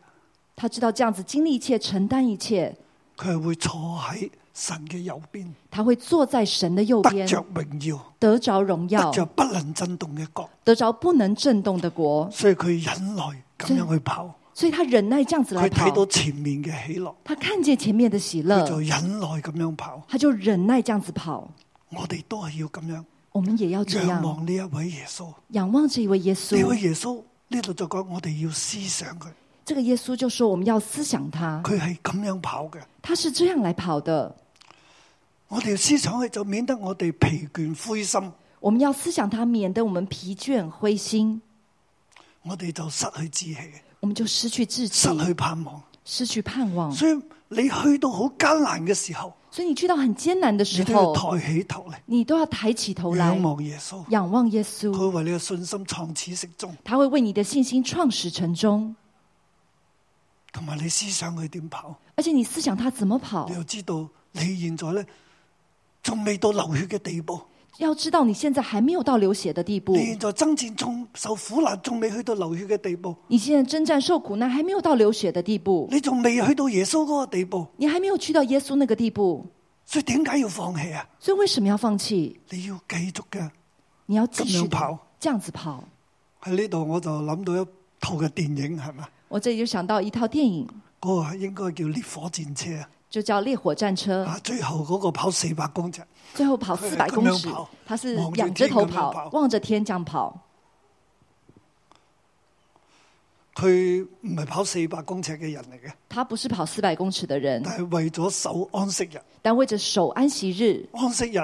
Speaker 3: 他知道这样子经历一切，承担一切，
Speaker 2: 佢係會坐喺神嘅右邊，
Speaker 3: 他会坐在神的右
Speaker 2: 得
Speaker 3: 边，
Speaker 2: 着榮耀，
Speaker 3: 得着荣
Speaker 2: 得
Speaker 3: 耀，
Speaker 2: 着不能震動嘅國，
Speaker 3: 得着不能震动的国，
Speaker 2: 所以佢忍耐咁樣去跑，
Speaker 3: 所以他忍耐这样子
Speaker 2: 佢
Speaker 3: 来
Speaker 2: 睇到
Speaker 3: 跑，嗯
Speaker 2: 前面嘅喜樂。
Speaker 3: 他看见前面的喜
Speaker 2: 佢
Speaker 3: 乐，
Speaker 2: 就忍耐咁樣跑。
Speaker 3: 他就忍耐这样子跑。
Speaker 2: 我哋都係要咁樣
Speaker 3: 我们也要这
Speaker 2: 仰
Speaker 3: 样
Speaker 2: 望呢一位耶穌。
Speaker 3: 仰望这一位耶
Speaker 2: 呢位
Speaker 3: 稣。
Speaker 2: 耶穌呢度就講我哋要思想佢，
Speaker 3: 这个耶稣就说我们要思想他，
Speaker 2: 佢係咁樣跑嘅。
Speaker 3: 他是这样来跑的。
Speaker 2: 我哋要思想佢，就免得我哋疲倦灰心，
Speaker 3: 我们要思想他，免得我们疲倦灰心，
Speaker 2: 我哋就失去志氣，
Speaker 3: 我们就失去志气，
Speaker 2: 失去盼望。
Speaker 3: 失去盼望。
Speaker 2: 所以你去到好艱難嘅時候，
Speaker 3: 所以你去到很艰难的
Speaker 2: 你
Speaker 3: 时
Speaker 2: 都要
Speaker 3: 候，
Speaker 2: 抬起頭嚟
Speaker 3: 你都要抬起头来
Speaker 2: 仰望耶穌。
Speaker 3: 仰望耶
Speaker 2: 佢
Speaker 3: 稣，
Speaker 2: 會為你嘅信心創始成終，
Speaker 3: 他会为你的信心创始成终。
Speaker 2: 同埋你思想佢點跑。
Speaker 3: 而且你思想他怎么跑
Speaker 2: 你，又知道你現在呢，仲未到流血嘅地步。
Speaker 3: 要知道你现在还没有到流血的地步，
Speaker 2: 你現在爭戰仲受苦難，仲未去到流血嘅地步，
Speaker 3: 你现在征战受苦难还没有到流血的地步，
Speaker 2: 你仲未去到耶穌嗰個地步，
Speaker 3: 你还没有去到耶稣那个地步，
Speaker 2: 所以點解要放棄啊？
Speaker 3: 所以为什么要放弃？
Speaker 2: 你要繼續嘅。
Speaker 3: 你要继续
Speaker 2: 咁样跑，
Speaker 3: 这样子跑。
Speaker 2: 喺呢度我就諗到一套嘅電影係咪？
Speaker 3: 我这里就想到一套电影，
Speaker 2: 嗰、個應該叫烈火戰車啊！
Speaker 3: 就叫《烈火战车》，
Speaker 2: 啊，最後嗰個跑四百公尺，
Speaker 3: 最后跑
Speaker 2: 对
Speaker 3: 四百
Speaker 2: 跟
Speaker 3: 公
Speaker 2: 着
Speaker 3: 尺
Speaker 2: 跑，
Speaker 3: 他是
Speaker 2: 望着
Speaker 3: 仰着
Speaker 2: 天
Speaker 3: 头
Speaker 2: 跟着跑
Speaker 3: 跑，望着天这样跑。
Speaker 2: 佢唔係跑四百公尺嘅人嚟嘅，
Speaker 3: 他不是跑四百公尺的人，
Speaker 2: 但係為咗守安息日，
Speaker 3: 但为着守安息日，
Speaker 2: 安息日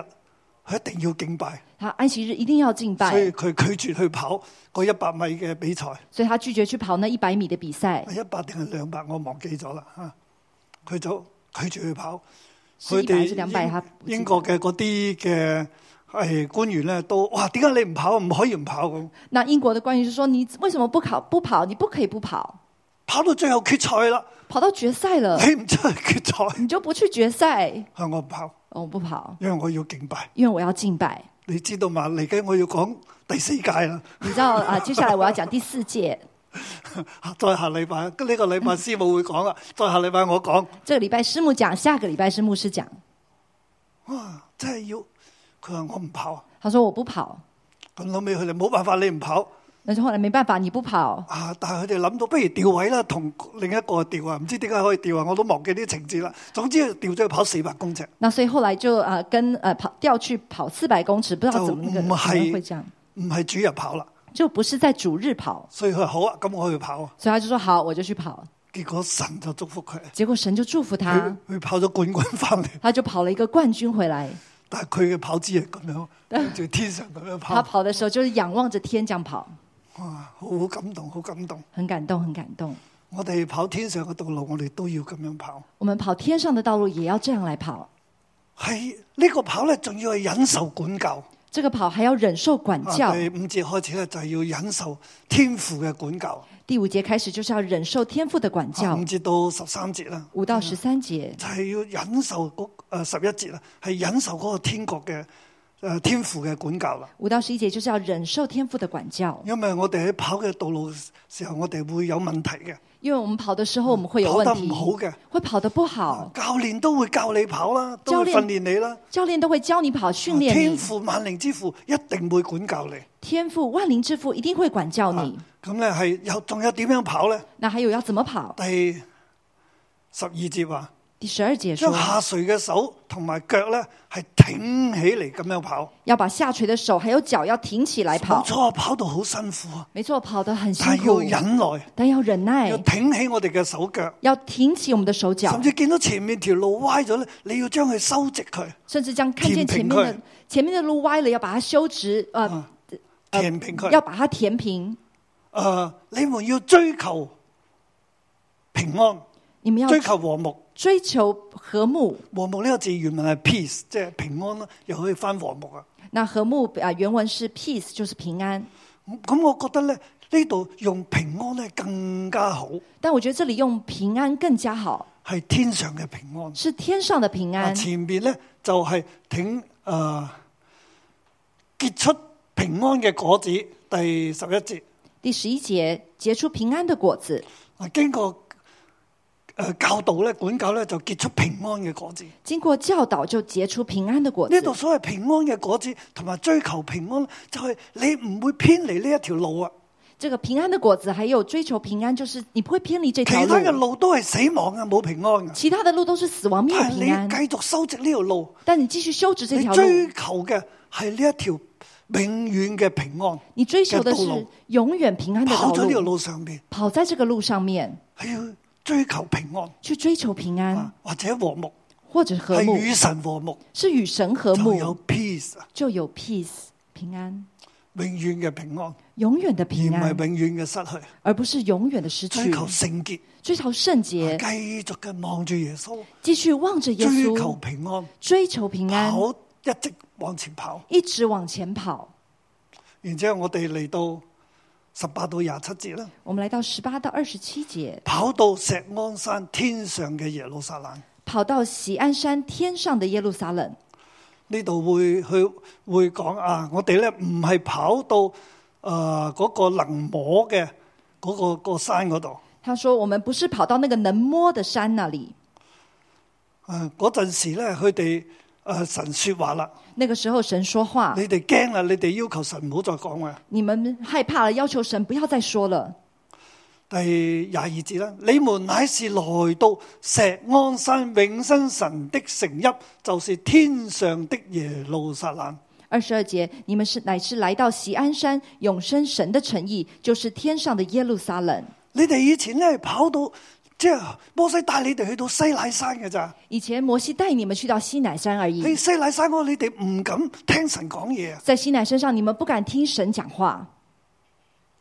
Speaker 2: 佢一定要敬拜，
Speaker 3: 他安息日一定要敬拜
Speaker 2: 所，以佢拒絕去跑嗰一百米嘅比賽。
Speaker 3: 所以他拒绝去跑那一百米的比赛，
Speaker 2: 一百定係兩百，我忘記咗啦嚇。佢就拒絕去跑，
Speaker 3: 是
Speaker 2: 佢
Speaker 3: 一百还
Speaker 2: 哋
Speaker 3: 是两百？他
Speaker 2: 英英國嘅嗰啲嘅係官員咧，都哇點解你唔跑？唔可以唔跑咁，
Speaker 3: 那英国的官员就说：“你为什么不考不跑？你不可以不跑，
Speaker 2: 跑到最後決賽啦，
Speaker 3: 跑到决 赛了
Speaker 2: 你唔出去決賽，
Speaker 3: 你就不去决赛。
Speaker 2: 係我唔跑，
Speaker 3: 哦”我不跑，
Speaker 2: 因為我要敬拜。
Speaker 3: 因为我要敬拜。
Speaker 2: 你知道嘛？嚟緊我要講第四屆啦，
Speaker 3: 你知道啊，接下来我要讲第四届，
Speaker 2: 再啊下禮拜，呢、個禮拜師母會講啦，再下禮拜我講。
Speaker 3: 这个礼拜师母讲，下个礼拜是牧师讲。
Speaker 2: 哇！真係要，佢話我唔跑，啊
Speaker 3: 他说我不跑，
Speaker 2: 咁後尾佢哋冇辦法，你唔跑。
Speaker 3: 那就后来没办法，你不跑，
Speaker 2: 啊！但係佢哋諗到，不如調位啦，同另一個調啊，唔知點解可以調啊，我都忘記啲情節啦。總之調咗去跑四百公尺，
Speaker 3: 那所以后来就啊、呃跟呃跑调去跑四百公尺，不知道怎么那
Speaker 2: 就
Speaker 3: 个怎
Speaker 2: 唔
Speaker 3: 么
Speaker 2: 係
Speaker 3: 会这样，
Speaker 2: 唔係主日跑啦，
Speaker 3: 就不是在主日跑，
Speaker 2: 所以佢話好啊，咁我去跑啊。
Speaker 3: 所以他就说好，我就去跑。
Speaker 2: 結果神就祝福佢，
Speaker 3: 结果神就祝福他
Speaker 2: 佢，佢跑咗冠軍翻嚟，
Speaker 3: 他就跑了一个冠军回来。
Speaker 2: 但係佢嘅跑姿係咁樣，跟住天上咁樣
Speaker 3: 他
Speaker 2: 跑，
Speaker 3: 跑的时候就是仰望着天这样跑，
Speaker 2: 哇！好感動，好感動。
Speaker 3: 很感动，很感动。
Speaker 2: 我哋跑天上嘅道路，我哋都要咁樣跑。
Speaker 3: 我们跑天上的道路也要这样来跑，
Speaker 2: 係呢、個跑咧，仲要係忍受管教。
Speaker 3: 这个跑还要忍受管
Speaker 2: 啊
Speaker 3: 教。
Speaker 2: 第五節開始咧，就係要忍受天父嘅管教。啊
Speaker 3: 第五节开始就是要忍受天父的管教
Speaker 2: 五，節到十三節啦。
Speaker 3: 五到十三节
Speaker 2: 呃就係要忍受嗰誒十一節啦，係忍受嗰個天國嘅誒天父嘅管教啦。
Speaker 3: 五到十一节就是要忍受天父的管教，
Speaker 2: 因為我哋喺跑嘅道路時候，我哋會有問題嘅，
Speaker 3: 因为我们跑的时候我们会有
Speaker 2: 跑
Speaker 3: 问
Speaker 2: 得
Speaker 3: 题
Speaker 2: 唔，好嘅，啊
Speaker 3: 会跑得不好，
Speaker 2: 教練都會教你跑啦，都會
Speaker 3: 教練
Speaker 2: 訓練你啦。
Speaker 3: 教练都会教你跑，训练
Speaker 2: 啊天
Speaker 3: 你。
Speaker 2: 父萬靈之父一定會管教你。
Speaker 3: 天赋万灵之父一定会管教你。
Speaker 2: 咁咧係有仲有點樣跑咧？
Speaker 3: 那还有要怎么跑？
Speaker 2: 第十二節話，
Speaker 3: 第十二节
Speaker 2: 將
Speaker 3: 说
Speaker 2: 下垂嘅手同埋腳咧係挺起嚟咁樣跑。
Speaker 3: 要把下垂的手还有脚要挺起来跑
Speaker 2: 冇。錯，跑到好辛苦啊，
Speaker 3: 没错，跑得很辛
Speaker 2: 但係
Speaker 3: 苦，
Speaker 2: 要忍耐，
Speaker 3: 但要忍耐
Speaker 2: 要，挺起我哋嘅手腳。
Speaker 3: 要挺起我们的手脚
Speaker 2: 甚，至見到前面條路歪咗咧，你要將佢修直佢，
Speaker 3: 甚至将看见前面
Speaker 2: 填
Speaker 3: 的
Speaker 2: 平
Speaker 3: 前面的路歪了，要把它修直，呃，
Speaker 2: 啊，填平佢。
Speaker 3: 要把它填平。
Speaker 2: 诶、你們要追求平安，
Speaker 3: 你们要
Speaker 2: 追求和睦。
Speaker 3: 追求和睦。
Speaker 2: 和睦呢個字原文係 peace，即係平安啦，又可以翻和睦啊。
Speaker 3: 那和睦啊、呃原文是 peace，就是平安。
Speaker 2: 咁我覺得咧，呢度用平安咧更加好，
Speaker 3: 但我觉得这里用平安更加好，
Speaker 2: 係天上嘅平安。
Speaker 3: 是天上的平
Speaker 2: 啊
Speaker 3: 安，
Speaker 2: 前面咧就係挺诶、呃結出平安嘅果子，第十一節。
Speaker 3: 第十一节结出平安的果子。
Speaker 2: 啊，經過誒、呃教導咧、管教咧，就結出平安嘅果子。呢
Speaker 3: 经过教导就结出平安的果
Speaker 2: 度
Speaker 3: 子。
Speaker 2: 所謂平安嘅果子，同埋追求平安，就係、你唔會偏離呢一條路啊。
Speaker 3: 这个平安的果子还有追求平安，就是你不会偏离这
Speaker 2: 其
Speaker 3: 条
Speaker 2: 他嘅
Speaker 3: 路。
Speaker 2: 路都係死亡啊，冇平安啊。
Speaker 3: 其他的路都是死亡，没有
Speaker 2: 但係
Speaker 3: 平安
Speaker 2: 你。繼續修直呢條路，
Speaker 3: 但你继续修直这
Speaker 2: 你
Speaker 3: 条路，
Speaker 2: 追求嘅係呢一條永遠嘅平安。
Speaker 3: 你追求的
Speaker 2: 嘅道
Speaker 3: 是
Speaker 2: 路
Speaker 3: 永远平安的道
Speaker 2: 跑咗呢條
Speaker 3: 路。
Speaker 2: 路上面，
Speaker 3: 跑在这个路上面
Speaker 2: 係要追求平安
Speaker 3: 去追求平安
Speaker 2: 啊，，或者和睦，
Speaker 3: 或者嗯和
Speaker 2: 係
Speaker 3: 睦，
Speaker 2: 與神和睦，
Speaker 3: 是与神和
Speaker 2: 就
Speaker 3: 睦，
Speaker 2: 有 peace 啊，
Speaker 3: 就有 peace 平安，
Speaker 2: 永遠嘅平安，
Speaker 3: 永远的
Speaker 2: 而唔
Speaker 3: 平安，
Speaker 2: 係永遠嘅失去。
Speaker 3: 而不是永远的失
Speaker 2: 追
Speaker 3: 去。
Speaker 2: 求聖潔。啊
Speaker 3: 追求圣洁，
Speaker 2: 繼續嘅望住耶穌，
Speaker 3: 继续望着耶
Speaker 2: 追求
Speaker 3: 稣，
Speaker 2: 平安，
Speaker 3: 追求平安，
Speaker 2: 跑一直往前跑。
Speaker 3: 一直往前跑。
Speaker 2: 然之後我哋嚟到十八到廿七節啦，
Speaker 3: 我们来到十八到二十七节，
Speaker 2: 跑到石安山天上嘅耶路撒冷，
Speaker 3: 跑到喜安山天上的耶路撒冷。
Speaker 2: 呢度會去會講啊，我哋咧唔係跑到誒嗰、個能摸嘅嗰、個個山嗰度。
Speaker 3: 他说：“我们不是跑到那个能摸的山那里。
Speaker 2: 誒啊嗰陣時咧，佢哋誒神説話啦，
Speaker 3: 那个时候，神说话
Speaker 2: 你，哋驚啊啦，你哋要求神唔好再講啊啦。
Speaker 3: 你们害怕了，要求神不要再说了。
Speaker 2: 第廿二節啦，你們乃是來到石安山永生神的城邑，就是天上的耶路撒冷。
Speaker 3: 二十二节，你们是乃是来到喜安山永生神的诚意，就是天上的耶路撒冷。
Speaker 2: 你哋以前咧跑到，即係摩西帶你哋去到西乃山嘅咋？
Speaker 3: 以前摩西带你们去到西乃山而
Speaker 2: 喺
Speaker 3: 已，
Speaker 2: 西乃山嗰度，你哋唔敢聽神講嘢啊，
Speaker 3: 在西乃山上你们不敢听神讲话，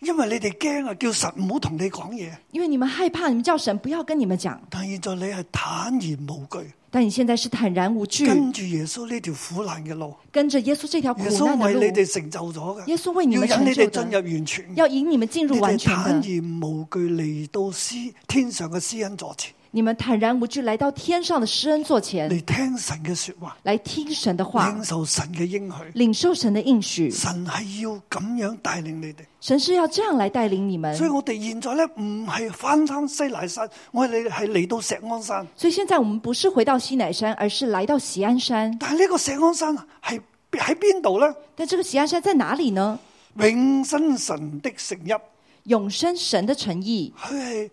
Speaker 2: 因為你哋驚啊，叫神唔好同你講嘢。
Speaker 3: 因为你们害怕，你们叫神不要跟你们讲。
Speaker 2: 但係現在你係坦然無懼，
Speaker 3: 但你现在是坦然无惧，
Speaker 2: 跟住耶穌呢條苦難嘅路，
Speaker 3: 跟着耶稣这条苦
Speaker 2: 耶穌
Speaker 3: 难的
Speaker 2: 為
Speaker 3: 路，
Speaker 2: 你哋成就咗嘅，
Speaker 3: 耶穌為你們
Speaker 2: 要引你哋
Speaker 3: 成就
Speaker 2: 進
Speaker 3: 的
Speaker 2: 入完全嘅。
Speaker 3: 要引你们进
Speaker 2: 你
Speaker 3: 入完
Speaker 2: 哋
Speaker 3: 全
Speaker 2: 坦
Speaker 3: 的。
Speaker 2: 然無懼嚟到施天上嘅施恩座前，
Speaker 3: 你们坦然无惧来到天上的施恩座前，
Speaker 2: 嚟聽神嘅说話，
Speaker 3: 来听神的话
Speaker 2: 領，受神嘅應許。
Speaker 3: 领受神的应许。
Speaker 2: 神係要咁樣帶領你哋，
Speaker 3: 神是要这样来带领你们。
Speaker 2: 所以我哋現在咧唔係翻山西乃山，我哋係嚟到石安山。
Speaker 3: 所以现在我们不是回到西乃山，而是来到喜安山。
Speaker 2: 但係呢個石安山係喺邊度呢？
Speaker 3: 但这个喜安山在哪里呢？
Speaker 2: 永生神的城邑，
Speaker 3: 永生神的诚意，
Speaker 2: 佢係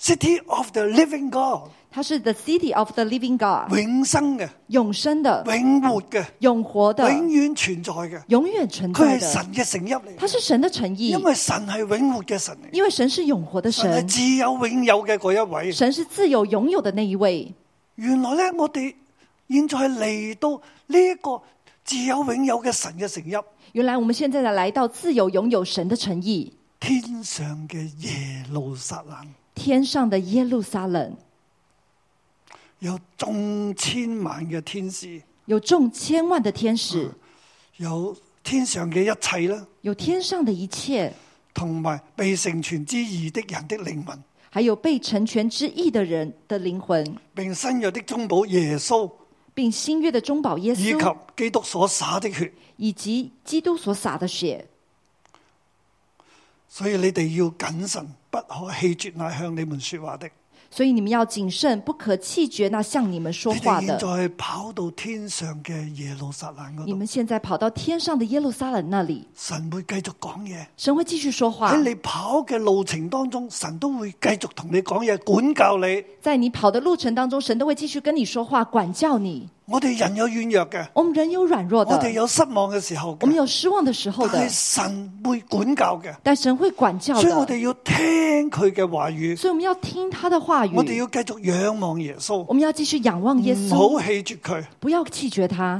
Speaker 2: City of the Living God，
Speaker 3: 它是 the city of the living God，
Speaker 2: 永生嘅、
Speaker 3: 永生的、
Speaker 2: 永活嘅、
Speaker 3: 永活的、
Speaker 2: 永遠存在嘅，
Speaker 3: 永远存
Speaker 2: 佢係
Speaker 3: 在的。
Speaker 2: 神嘅城邑嚟
Speaker 3: 它
Speaker 2: 嘅，
Speaker 3: 是神的诚意
Speaker 2: 因，為神係永活嘅神嚟嘅。
Speaker 3: 因为神是永活的神
Speaker 2: 神，系自有永有嘅嗰一位。
Speaker 3: 神是自有拥有的那一位。
Speaker 2: 原來咧，我哋現在嚟到呢一個自有永有嘅神嘅城邑，
Speaker 3: 原来我们现在才来到自由拥有神的诚意，
Speaker 2: 天上嘅耶路撒冷
Speaker 3: 天上的耶路撒冷
Speaker 2: 有眾千萬嘅天使，
Speaker 3: 有众千万的天使，
Speaker 2: 啊有天上嘅一切啦，
Speaker 3: 有天上的一切，
Speaker 2: 同埋被成全之義的人的靈魂，
Speaker 3: 还有被成全之意的人的灵魂，
Speaker 2: 並新約的中保耶穌
Speaker 3: 并新约的中保耶
Speaker 2: 以及
Speaker 3: 稣，
Speaker 2: 基督所灑的血。
Speaker 3: 以及基督所洒的血。
Speaker 2: 所以你哋要謹慎，不可棄絕那向你們說話的。
Speaker 3: 所以你们要谨慎，不可弃绝那向你们说
Speaker 2: 你
Speaker 3: 话
Speaker 2: 哋現
Speaker 3: 的。
Speaker 2: 在跑到天上嘅耶路撒冷嗰
Speaker 3: 你
Speaker 2: 度，
Speaker 3: 们现在跑到天上的耶路撒冷那里，
Speaker 2: 神會繼續講嘢。
Speaker 3: 神会继续说话
Speaker 2: 喺。你跑嘅路程當中，神都會繼續同你講嘢，管教你。
Speaker 3: 在你跑的路程当中，神都会继续跟你说话，管教你。
Speaker 2: 我哋人有軟弱嘅，
Speaker 3: 我们人有软弱
Speaker 2: 我
Speaker 3: 的
Speaker 2: 哋，有失望嘅時候
Speaker 3: 我们
Speaker 2: 嘅，
Speaker 3: 有失望的时候的
Speaker 2: 但係，神會管教嘅，
Speaker 3: 但神会管教
Speaker 2: 所以我
Speaker 3: 的。
Speaker 2: 哋要聽佢嘅話語，
Speaker 3: 所以我们要听他的话语
Speaker 2: 我，哋要繼續仰望耶穌，
Speaker 3: 我们要继续仰望耶
Speaker 2: 嗯唔好
Speaker 3: 稣，
Speaker 2: 棄絕佢。
Speaker 3: 不要弃绝他。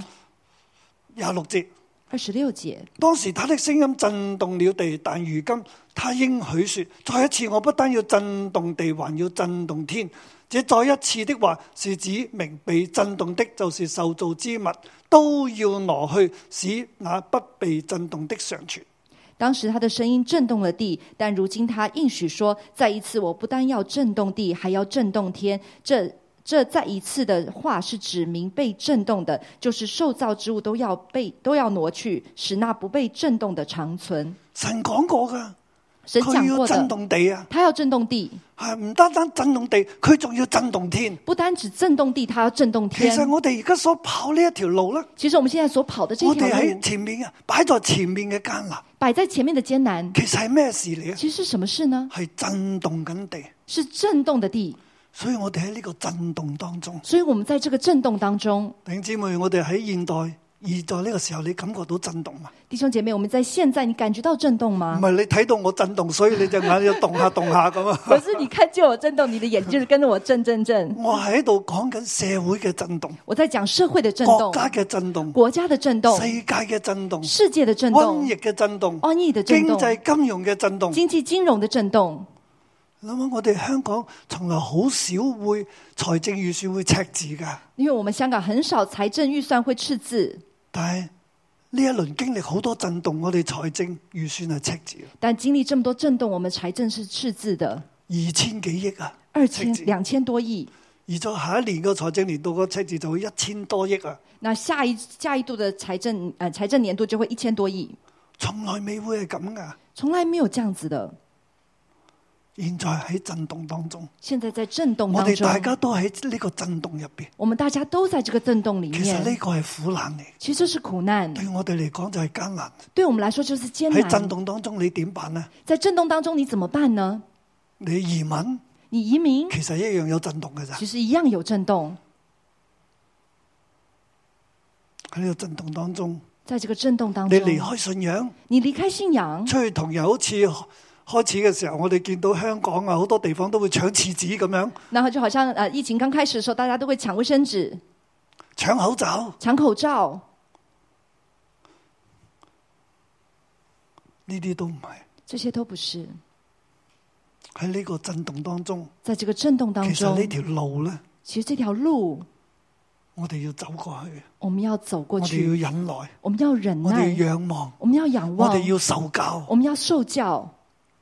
Speaker 2: 廿六節。
Speaker 3: 二十六节，
Speaker 2: 當時他的聲音震動了地，但如今他應許說：再一次，我不單要震動地，還要震動天。這再一次的話，是指明被震動的，就是受造之物，都要挪去，使那不被震動的常存。
Speaker 3: 当时他的声音震动了地，但如今他应许说：“再一次，我不单要震动地，还要震动天。这”这再一次的话是指明被震动的，就是受造之物都要被都要挪去，使那不被震动的长存。
Speaker 2: 神講過㗎，
Speaker 3: 神讲
Speaker 2: 佢要
Speaker 3: 过
Speaker 2: 震
Speaker 3: 的，
Speaker 2: 動地啊，
Speaker 3: 他要震动地，
Speaker 2: 係唔單單震動地，佢仲要震動天。
Speaker 3: 不单只震动地，他要震动
Speaker 2: 其
Speaker 3: 天。
Speaker 2: 實我哋而家所跑呢一條路呢，
Speaker 3: 其实我们现在所跑的这
Speaker 2: 我
Speaker 3: 条
Speaker 2: 哋
Speaker 3: 路
Speaker 2: 喺，前面啊，擺在前面嘅艱難，
Speaker 3: 摆在前面的艰难，
Speaker 2: 其實係咩事嚟啊？
Speaker 3: 其实是什么事呢？
Speaker 2: 係震動緊地。
Speaker 3: 是震动的地。
Speaker 2: 所以我哋喺呢個震動當中，
Speaker 3: 所以我们在这个震动当中，
Speaker 2: 弟兄姊妹，我哋喺現代而在呢個時候，你感覺到震動嘛？
Speaker 3: 弟兄姐妹，我们在现在，你感觉到震动
Speaker 2: 唔
Speaker 3: 吗？
Speaker 2: 係你睇到我震動，所以你隻眼要動下動下咁 啊！
Speaker 3: 可是你看见我震动，你的眼睛就是跟着我震震震。
Speaker 2: 我係喺度講緊社會嘅震動、
Speaker 3: 我在讲社会的震
Speaker 2: 國
Speaker 3: 动、
Speaker 2: 家嘅震動、
Speaker 3: 国家的震动
Speaker 2: 世、界嘅震動、
Speaker 3: 世界的震
Speaker 2: 瘟
Speaker 3: 动
Speaker 2: 疫、嘅震動、
Speaker 3: 瘟疫的震
Speaker 2: 經
Speaker 3: 动、
Speaker 2: 濟金融嘅震動。諗
Speaker 3: 经济金融的震动。
Speaker 2: 下我哋香港從來好少會財政預算會赤字㗎，
Speaker 3: 因为我们香港很少财政预算会赤字，
Speaker 2: 但係呢一輪經歷好多震動，我哋財政預算係赤字，
Speaker 3: 但经历这么多震动，我们财政是赤字的，
Speaker 2: 二千幾億啊！
Speaker 3: 二
Speaker 2: 赤
Speaker 3: 千
Speaker 2: 字
Speaker 3: 两千多亿。
Speaker 2: 而再下一年個財政年度個赤字就會一千多億啊，
Speaker 3: 那下一下一度的财政呃财政年度就会一千多亿，
Speaker 2: 從來未會係咁啊噶。
Speaker 3: 从来没有这样子的。
Speaker 2: 現在喺震動當中，
Speaker 3: 现在在震动
Speaker 2: 我
Speaker 3: 当
Speaker 2: 哋
Speaker 3: 中，
Speaker 2: 大家都喺呢個震動入边。
Speaker 3: 我们大家都在这个震动里
Speaker 2: 其實呢
Speaker 3: 面，
Speaker 2: 個係苦難嚟，
Speaker 3: 其实是苦难，
Speaker 2: 對我哋嚟講就係艱難。
Speaker 3: 对我们来说就是艰
Speaker 2: 喺震
Speaker 3: 难。
Speaker 2: 動當中，你點辦呢？
Speaker 3: 在震动当中，你怎么办呢？
Speaker 2: 你移民
Speaker 3: 你移民
Speaker 2: 其實一樣有震動嘅咋，
Speaker 3: 其实一样有震动，
Speaker 2: 喺呢個震動當中，
Speaker 3: 在这个震动当
Speaker 2: 你
Speaker 3: 中，嗯
Speaker 2: 離開信仰，
Speaker 3: 你离开信仰，
Speaker 2: 出去同人好似開始嘅時候，我哋見到香港啊好多地方都會搶廁紙咁樣，
Speaker 3: 然后就好像呃疫情刚开始的时候，大家都会抢卫生纸、
Speaker 2: 搶口罩，
Speaker 3: 抢口罩，
Speaker 2: 呢啲都唔係
Speaker 3: 这些都不是。
Speaker 2: 喺呢個震動當中。
Speaker 3: 在这个震动当
Speaker 2: 其實
Speaker 3: 中，
Speaker 2: 呢條路呢，
Speaker 3: 其实这条路
Speaker 2: 我哋要走過去，
Speaker 3: 我们要走过
Speaker 2: 我
Speaker 3: 去，
Speaker 2: 哋要忍耐，
Speaker 3: 我们要忍
Speaker 2: 我哋
Speaker 3: 耐，
Speaker 2: 要仰望，
Speaker 3: 我们要仰
Speaker 2: 我
Speaker 3: 望，
Speaker 2: 哋要受教。
Speaker 3: 我们要受教。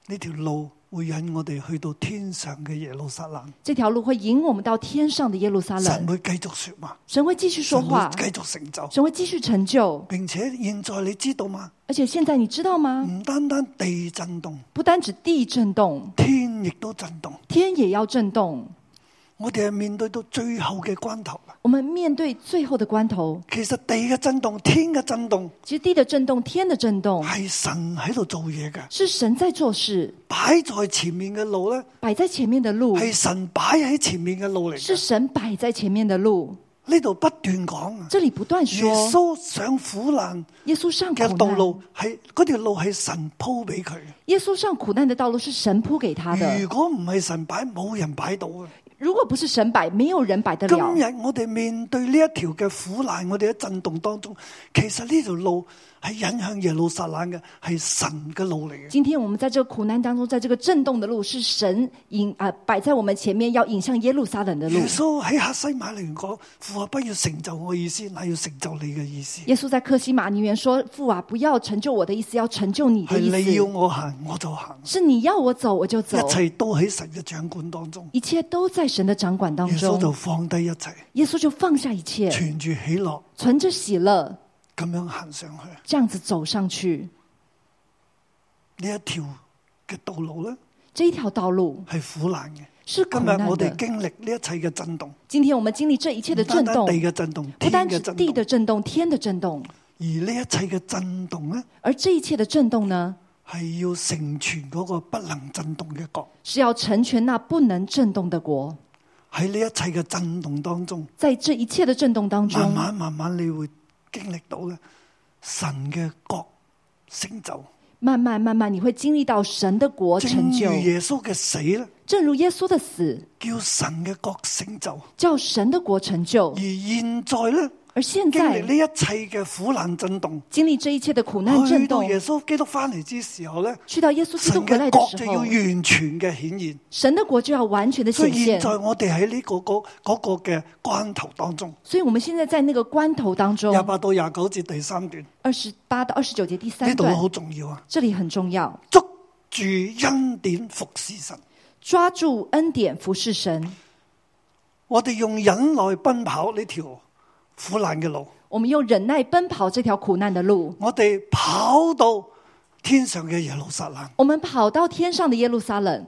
Speaker 2: 呢條路會引我哋去到天上嘅耶路撒冷，
Speaker 3: 这条路会引我们到天上的耶路撒
Speaker 2: 神
Speaker 3: 冷，
Speaker 2: 會繼續说話，
Speaker 3: 神会继续说
Speaker 2: 神
Speaker 3: 话
Speaker 2: 會，繼續成就。
Speaker 3: 神会继续成就。
Speaker 2: 並且現在你知道嗎？
Speaker 3: 而且现在你知道吗？
Speaker 2: 唔單單地震動，
Speaker 3: 不单指地震动，
Speaker 2: 天亦都震動。
Speaker 3: 天也要震动。
Speaker 2: 我哋係面對到最後嘅關頭啦。
Speaker 3: 我们面对最后的关头，
Speaker 2: 其實地嘅震動、天嘅震動
Speaker 3: 其实地的震动、天的震动，
Speaker 2: 係神喺度做嘢嘅，
Speaker 3: 是神在做事，
Speaker 2: 擺在前面嘅路呢，
Speaker 3: 摆在前面的路，
Speaker 2: 係神擺喺前面嘅路嚟嘅。
Speaker 3: 是神摆在前面的路。
Speaker 2: 呢度不斷講啊。
Speaker 3: 这里不断
Speaker 2: 耶
Speaker 3: 说，
Speaker 2: 穌上苦難
Speaker 3: 耶稣上苦
Speaker 2: 嘅道
Speaker 3: 难
Speaker 2: 路，係嗰條路係神鋪俾佢嘅。
Speaker 3: 耶稣上苦难的道路是神铺给他
Speaker 2: 如
Speaker 3: 的。
Speaker 2: 果唔係神擺，冇人擺到嘅。
Speaker 3: 如果不是神摆，没有人摆得
Speaker 2: 今
Speaker 3: 了。
Speaker 2: 日我哋面對呢一條嘅苦難，我哋喺震動當中，其實呢條路係引向耶路撒冷嘅，係神嘅路嚟嘅。
Speaker 3: 今天我们在这个苦难当中，在这个震动的路，是神引啊、摆在我们前面，要引向耶路撒冷的路
Speaker 2: 耶。穌喺客西馬尼園講：父啊，不要成就我意思，乃要成就你嘅意思。
Speaker 3: 耶稣在克西马尼园说：“父啊，不要成就我的意思，要成就你
Speaker 2: 係
Speaker 3: 的意
Speaker 2: 你要
Speaker 3: 思。
Speaker 2: 我行，我就行。
Speaker 3: 是你要我走，我就走
Speaker 2: 一。切都喺神嘅掌管當中。
Speaker 3: 一切都在在神的掌管当
Speaker 2: 耶穌就
Speaker 3: 中，
Speaker 2: 放低一切，
Speaker 3: 耶穌就放下一切，
Speaker 2: 存住喜樂
Speaker 3: 存着喜樂，
Speaker 2: 咁樣行上去。
Speaker 3: 这样子走上去。
Speaker 2: 呢一條嘅道路咧
Speaker 3: 这一条道路
Speaker 2: 係苦難嘅。
Speaker 3: 是苦
Speaker 2: 今日
Speaker 3: 難
Speaker 2: 我哋
Speaker 3: 的。
Speaker 2: 經歷呢一切嘅震動，
Speaker 3: 今天我們經歷這一切的
Speaker 2: 唔單
Speaker 3: 震
Speaker 2: 單
Speaker 3: 動
Speaker 2: 地，嘅震動、
Speaker 3: 不
Speaker 2: 天
Speaker 3: 單
Speaker 2: 嘅
Speaker 3: 是
Speaker 2: 震
Speaker 3: 地
Speaker 2: 動，
Speaker 3: 的震動、天的震動，
Speaker 2: 而呢一切嘅震動咧
Speaker 3: 而這一切的震動呢，
Speaker 2: 係要成全嗰個不能震動嘅國。
Speaker 3: 是要成全那不能震動的國。
Speaker 2: 喺呢一切嘅震動當中，
Speaker 3: 在這一切的震動當
Speaker 2: 慢
Speaker 3: 中，
Speaker 2: 慢慢慢你會經歷到咧神嘅國成就，
Speaker 3: 慢慢慢慢，你會經歷到神的國
Speaker 2: 正
Speaker 3: 成就
Speaker 2: 如。耶穌嘅死咧，
Speaker 3: 正如耶穌的死，
Speaker 2: 叫神嘅國成就。
Speaker 3: 叫神的國成就
Speaker 2: 而。現在咧，
Speaker 3: 而現
Speaker 2: 經歷
Speaker 3: 在
Speaker 2: 呢一切嘅苦難震動，
Speaker 3: 經歷這一切的苦難震
Speaker 2: 去到
Speaker 3: 動，
Speaker 2: 耶穌基督翻嚟之時候咧，
Speaker 3: 去到耶穌基
Speaker 2: 神
Speaker 3: 督回來
Speaker 2: 嘅
Speaker 3: 的
Speaker 2: 國
Speaker 3: 時
Speaker 2: 就要
Speaker 3: 候，
Speaker 2: 完全嘅顯現。
Speaker 3: 神的國就要完全的
Speaker 2: 所
Speaker 3: 顯
Speaker 2: 以現
Speaker 3: 現。
Speaker 2: 在我哋喺呢個嗰嗰個嘅關頭當中，
Speaker 3: 所以，我們現在在那個關頭當中，
Speaker 2: 廿八到廿九節第三段
Speaker 3: 二十八到二十九節第
Speaker 2: 呢
Speaker 3: 三
Speaker 2: 度
Speaker 3: 段，
Speaker 2: 好重要啊！
Speaker 3: 这里很重要，
Speaker 2: 捉住恩典服侍神，
Speaker 3: 抓住恩典服侍神。
Speaker 2: 我哋用忍耐奔跑呢條苦難嘅路，
Speaker 3: 我们用忍耐奔跑这条苦难的路，
Speaker 2: 我哋跑到天上嘅耶路撒冷，
Speaker 3: 我们跑到天上的耶路撒冷，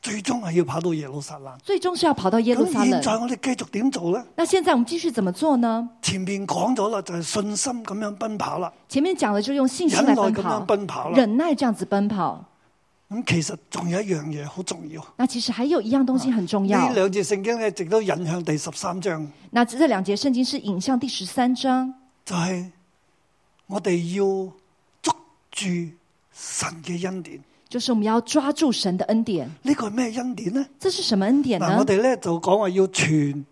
Speaker 2: 最終係要跑到耶路撒冷。
Speaker 3: 最終是要跑到耶路撒
Speaker 2: 咁現在
Speaker 3: 冷。
Speaker 2: 我哋繼續點做呢？
Speaker 3: 那現在我們繼續怎麼做呢？
Speaker 2: 前面講咗啦，就係信心咁樣奔跑啦，
Speaker 3: 前面講的就用信心
Speaker 2: 忍耐
Speaker 3: 来奔
Speaker 2: 咁樣
Speaker 3: 跑，
Speaker 2: 奔跑啦。
Speaker 3: 忍耐这樣子奔跑。
Speaker 2: 咁其實仲有一樣嘢好重要，
Speaker 3: 那其實還有一樣東西
Speaker 2: 啊
Speaker 3: 很重要
Speaker 2: 呢，兩節聖經咧，直都引向第十三章。
Speaker 3: 那這兩節聖經是引向第十三章，
Speaker 2: 就係我哋要捉住神嘅恩典。
Speaker 3: 就是我們要抓住神的恩典。
Speaker 2: 呢個係咩恩典呢？
Speaker 3: 這是什麼恩典
Speaker 2: 嗱，我
Speaker 3: 呢？
Speaker 2: 哋咧就講話要傳。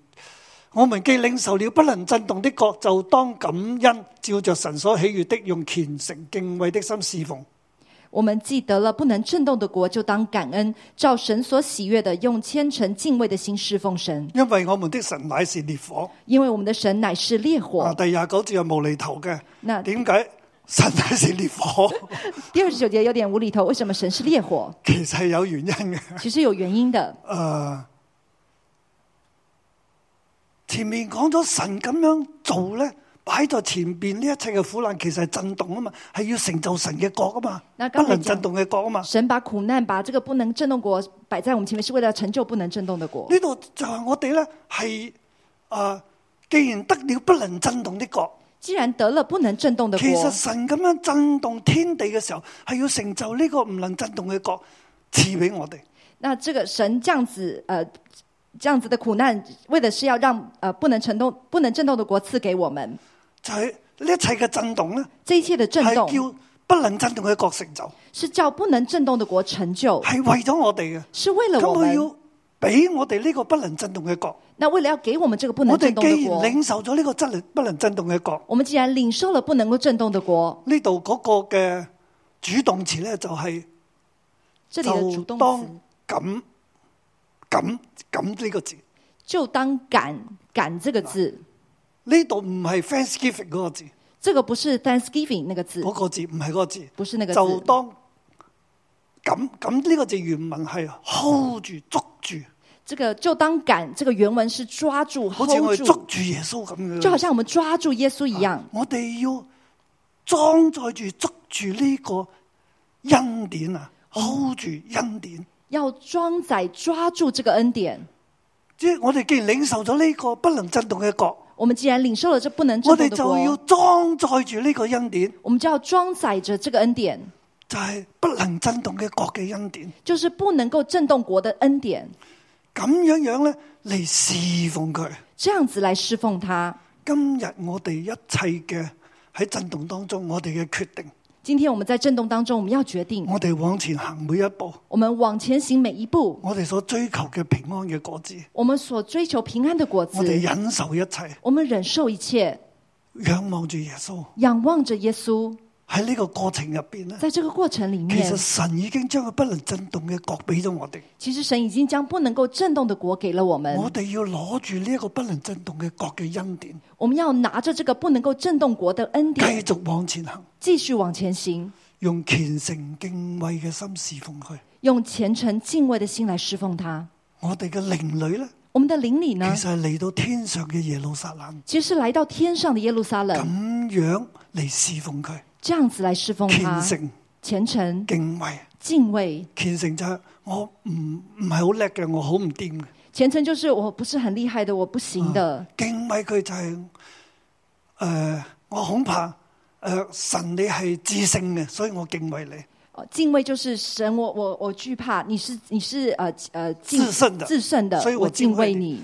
Speaker 2: 我們既領受了不能震動的國，就當感恩，照着神所喜悅的，用虔誠敬畏的心侍奉。
Speaker 3: 我們既得了不能震動的國，就當感恩，照神所喜悅的，用虔誠敬畏的心侍奉神，
Speaker 2: 因為我們的神乃是烈火。
Speaker 3: 因為我們的神乃是烈
Speaker 2: 啊，
Speaker 3: 火。
Speaker 2: 第廿九節係無厘頭嘅。
Speaker 3: 那
Speaker 2: 點解神乃是烈火？
Speaker 3: 第二十九節有點無厘頭，為什麼神是烈火？
Speaker 2: 其實係有原因嘅。 呃
Speaker 3: 其實有原因的。
Speaker 2: 诶、前面講咗神咁樣做咧，擺在前边呢一切嘅苦難，其實係震動啊嘛，係要成就神嘅國啊嘛，
Speaker 3: 那
Speaker 2: 不
Speaker 3: 剛才
Speaker 2: 能震動嘅國啊嘛。
Speaker 3: 神把苦難，把這個不能震動國擺在我們前面，是為了成就不能震動的國。
Speaker 2: 呢度就係我哋咧係诶，既然得了不能震動的國，
Speaker 3: 既然得了不能震動的
Speaker 2: 其實
Speaker 3: 國，
Speaker 2: 神咁樣震動天地嘅時候，係要成就呢個唔能震動嘅國，賜俾我哋。
Speaker 3: 那這個神這樣子，呃，這樣子的苦難，為的是要讓呃不能震動、不能震動的國賜給我們。
Speaker 2: 就係呢一切嘅震動咧，
Speaker 3: 這一切的震
Speaker 2: 係
Speaker 3: 動
Speaker 2: 叫不能震動嘅國成就，
Speaker 3: 是叫不能震動的國成就，
Speaker 2: 係為咗我哋嘅。
Speaker 3: 是為了
Speaker 2: 咁
Speaker 3: 我
Speaker 2: 佢
Speaker 3: 們。
Speaker 2: 要俾我哋呢個不能震動嘅國。
Speaker 3: 那為了要給我們這個不能
Speaker 2: 我哋
Speaker 3: 震動
Speaker 2: 既
Speaker 3: 的
Speaker 2: 然
Speaker 3: 國，
Speaker 2: 領受咗呢個真能不能震動嘅國，
Speaker 3: 我們既然領受了不能夠震動的國，
Speaker 2: 呢度嗰個嘅主動詞咧就係
Speaker 3: 這裡的主
Speaker 2: 就
Speaker 3: 動詞
Speaker 2: 當感感感呢個字。
Speaker 3: 就當感感這個字。
Speaker 2: 呢度唔係 thanksgiving 嗰個字，
Speaker 3: 这个不是 Thanksgiving 那个字，
Speaker 2: 嗰個字唔係嗰個字，
Speaker 3: 不是那个
Speaker 2: 就
Speaker 3: 嗯字，
Speaker 2: 當感感呢個字原文係 hold 住、捉住，
Speaker 3: 这个就当感，这个原文是抓住、
Speaker 2: 好似我
Speaker 3: hold
Speaker 2: 哋捉
Speaker 3: 住，
Speaker 2: 住耶穌咁樣。
Speaker 3: 就好像我们抓住耶稣一样，
Speaker 2: 我哋要裝載住捉住呢個恩典啊，hold 住恩典。
Speaker 3: 要装载、抓住这个恩典。
Speaker 2: 即係我哋既然領受咗呢個不能震動嘅國，
Speaker 3: 我们既然领受了这不能
Speaker 2: 我
Speaker 3: 震
Speaker 2: 哋
Speaker 3: 动的
Speaker 2: 就要
Speaker 3: 国，
Speaker 2: 裝載住呢個恩典，
Speaker 3: 我们就要装载着这个恩典，
Speaker 2: 就係不能震動嘅國嘅恩典。
Speaker 3: 就是不能够震动国的恩典，
Speaker 2: 咁樣樣咧嚟侍奉佢。
Speaker 3: 这样子来侍奉他。
Speaker 2: 今日我哋一切嘅喺震動當中，我哋嘅決定，
Speaker 3: 今天我们在震动当中，我们要决定，
Speaker 2: 我哋往前行每一步，
Speaker 3: 我们往前行每一步，
Speaker 2: 我哋所追求嘅平安嘅果子，
Speaker 3: 我们所追求平安的果
Speaker 2: 我哋
Speaker 3: 子，
Speaker 2: 忍受一切，
Speaker 3: 我们忍受一切，
Speaker 2: 仰望住耶穌。
Speaker 3: 仰望着耶稣。
Speaker 2: 喺呢個過程入边咧，
Speaker 3: 在这个过程里
Speaker 2: 其
Speaker 3: 面
Speaker 2: 實，神已經將佢不能震動嘅國俾咗我哋，
Speaker 3: 其实神已经将不能够震动的国给了我们，
Speaker 2: 我哋要攞住呢一个不能震動嘅國嘅恩典。
Speaker 3: 我们要拿着这个不能够震动国的恩
Speaker 2: 繼
Speaker 3: 典，
Speaker 2: 續往前行，
Speaker 3: 继续往前行，
Speaker 2: 用虔誠敬畏嘅心侍奉佢。
Speaker 3: 用虔诚敬畏的心来侍奉他。
Speaker 2: 我哋嘅靈女咧，
Speaker 3: 我们的邻里
Speaker 2: 其
Speaker 3: 呢
Speaker 2: 實，係嚟到天上嘅耶路撒冷，
Speaker 3: 其实来到天上的耶路撒
Speaker 2: 咁
Speaker 3: 冷，
Speaker 2: 樣嚟侍奉佢，
Speaker 3: 这样子来侍奉
Speaker 2: 虔
Speaker 3: 他，
Speaker 2: 誠
Speaker 3: 虔诚、
Speaker 2: 敬畏。
Speaker 3: 敬畏。
Speaker 2: 虔誠就係我唔唔係好叻嘅，我好唔掂嘅。
Speaker 3: 虔诚就是我不是很厉害的，我不行的。
Speaker 2: 敬畏佢就係呃我恐怕诶、呃神你係至聖嘅，所以我敬畏你。
Speaker 3: 哦敬畏就是神，我我我惧怕，你是你是呃呃敬
Speaker 2: 自圣的
Speaker 3: 自圣的，
Speaker 2: 所以我
Speaker 3: 我
Speaker 2: 敬
Speaker 3: 敬
Speaker 2: 畏
Speaker 3: 畏
Speaker 2: 你
Speaker 3: 你。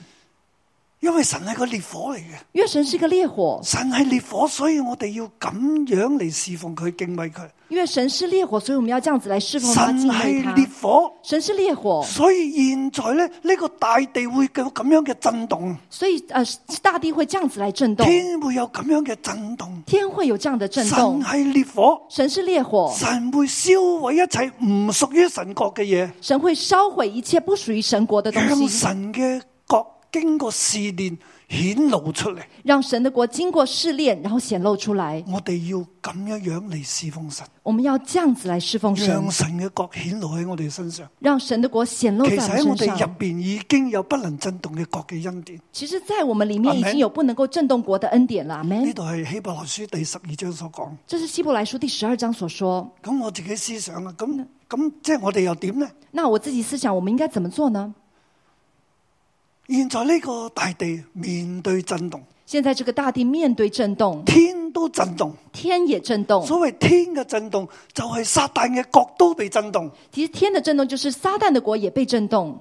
Speaker 2: 因為神係個烈火嚟嘅，
Speaker 3: 因为神是个烈火，
Speaker 2: 神係烈火，所以我哋要咁樣嚟侍奉佢、敬畏佢。
Speaker 3: 因为神是烈火，所以我们要这样子来侍奉他、
Speaker 2: 神
Speaker 3: 敬畏
Speaker 2: 係
Speaker 3: 他
Speaker 2: 烈。火，
Speaker 3: 神是烈火，
Speaker 2: 所以現在咧呢、呢個大地會有咁樣嘅震動，
Speaker 3: 所以呃大地会这样子来震动，
Speaker 2: 天會有咁樣嘅震動。
Speaker 3: 天会有这样的震
Speaker 2: 神
Speaker 3: 动。
Speaker 2: 係烈火，
Speaker 3: 神是烈火，
Speaker 2: 神會燒毀一切唔屬於神國嘅嘢，
Speaker 3: 神会烧毁一切不属于神国的东
Speaker 2: 讓
Speaker 3: 西，
Speaker 2: 神嘅國經過試煉顯露出嚟。
Speaker 3: 让神的国经过试炼，然后显露出来。
Speaker 2: 我哋要咁樣樣嚟侍奉神，
Speaker 3: 我们要这样子来侍奉神
Speaker 2: 讓，神嘅國顯露喺我哋身上。
Speaker 3: 让神的国显露
Speaker 2: 其
Speaker 3: 在
Speaker 2: 實喺我
Speaker 3: 我们身
Speaker 2: 哋入
Speaker 3: 上。
Speaker 2: 边已經有不能震動嘅國嘅恩典。
Speaker 3: 其实，在我们里面已
Speaker 2: Amen
Speaker 3: 经有不能够震动国的恩典了。
Speaker 2: 呢
Speaker 3: Amen。
Speaker 2: 度係希伯來書第十二章所講。
Speaker 3: 这是希伯来书第十二章所说。
Speaker 2: 咁我自己思想啊，咁
Speaker 3: 嗯
Speaker 2: 咁即係我哋又點呢？
Speaker 3: 那我自己思想，我们应该怎么做呢？
Speaker 2: 現在呢個大地面對震動，
Speaker 3: 现在这个大地面对震动，
Speaker 2: 天都震動。
Speaker 3: 天也震动。
Speaker 2: 所謂天嘅震動，就係撒旦嘅國都被震動，
Speaker 3: 其实天的震动就是撒旦的国也被震动，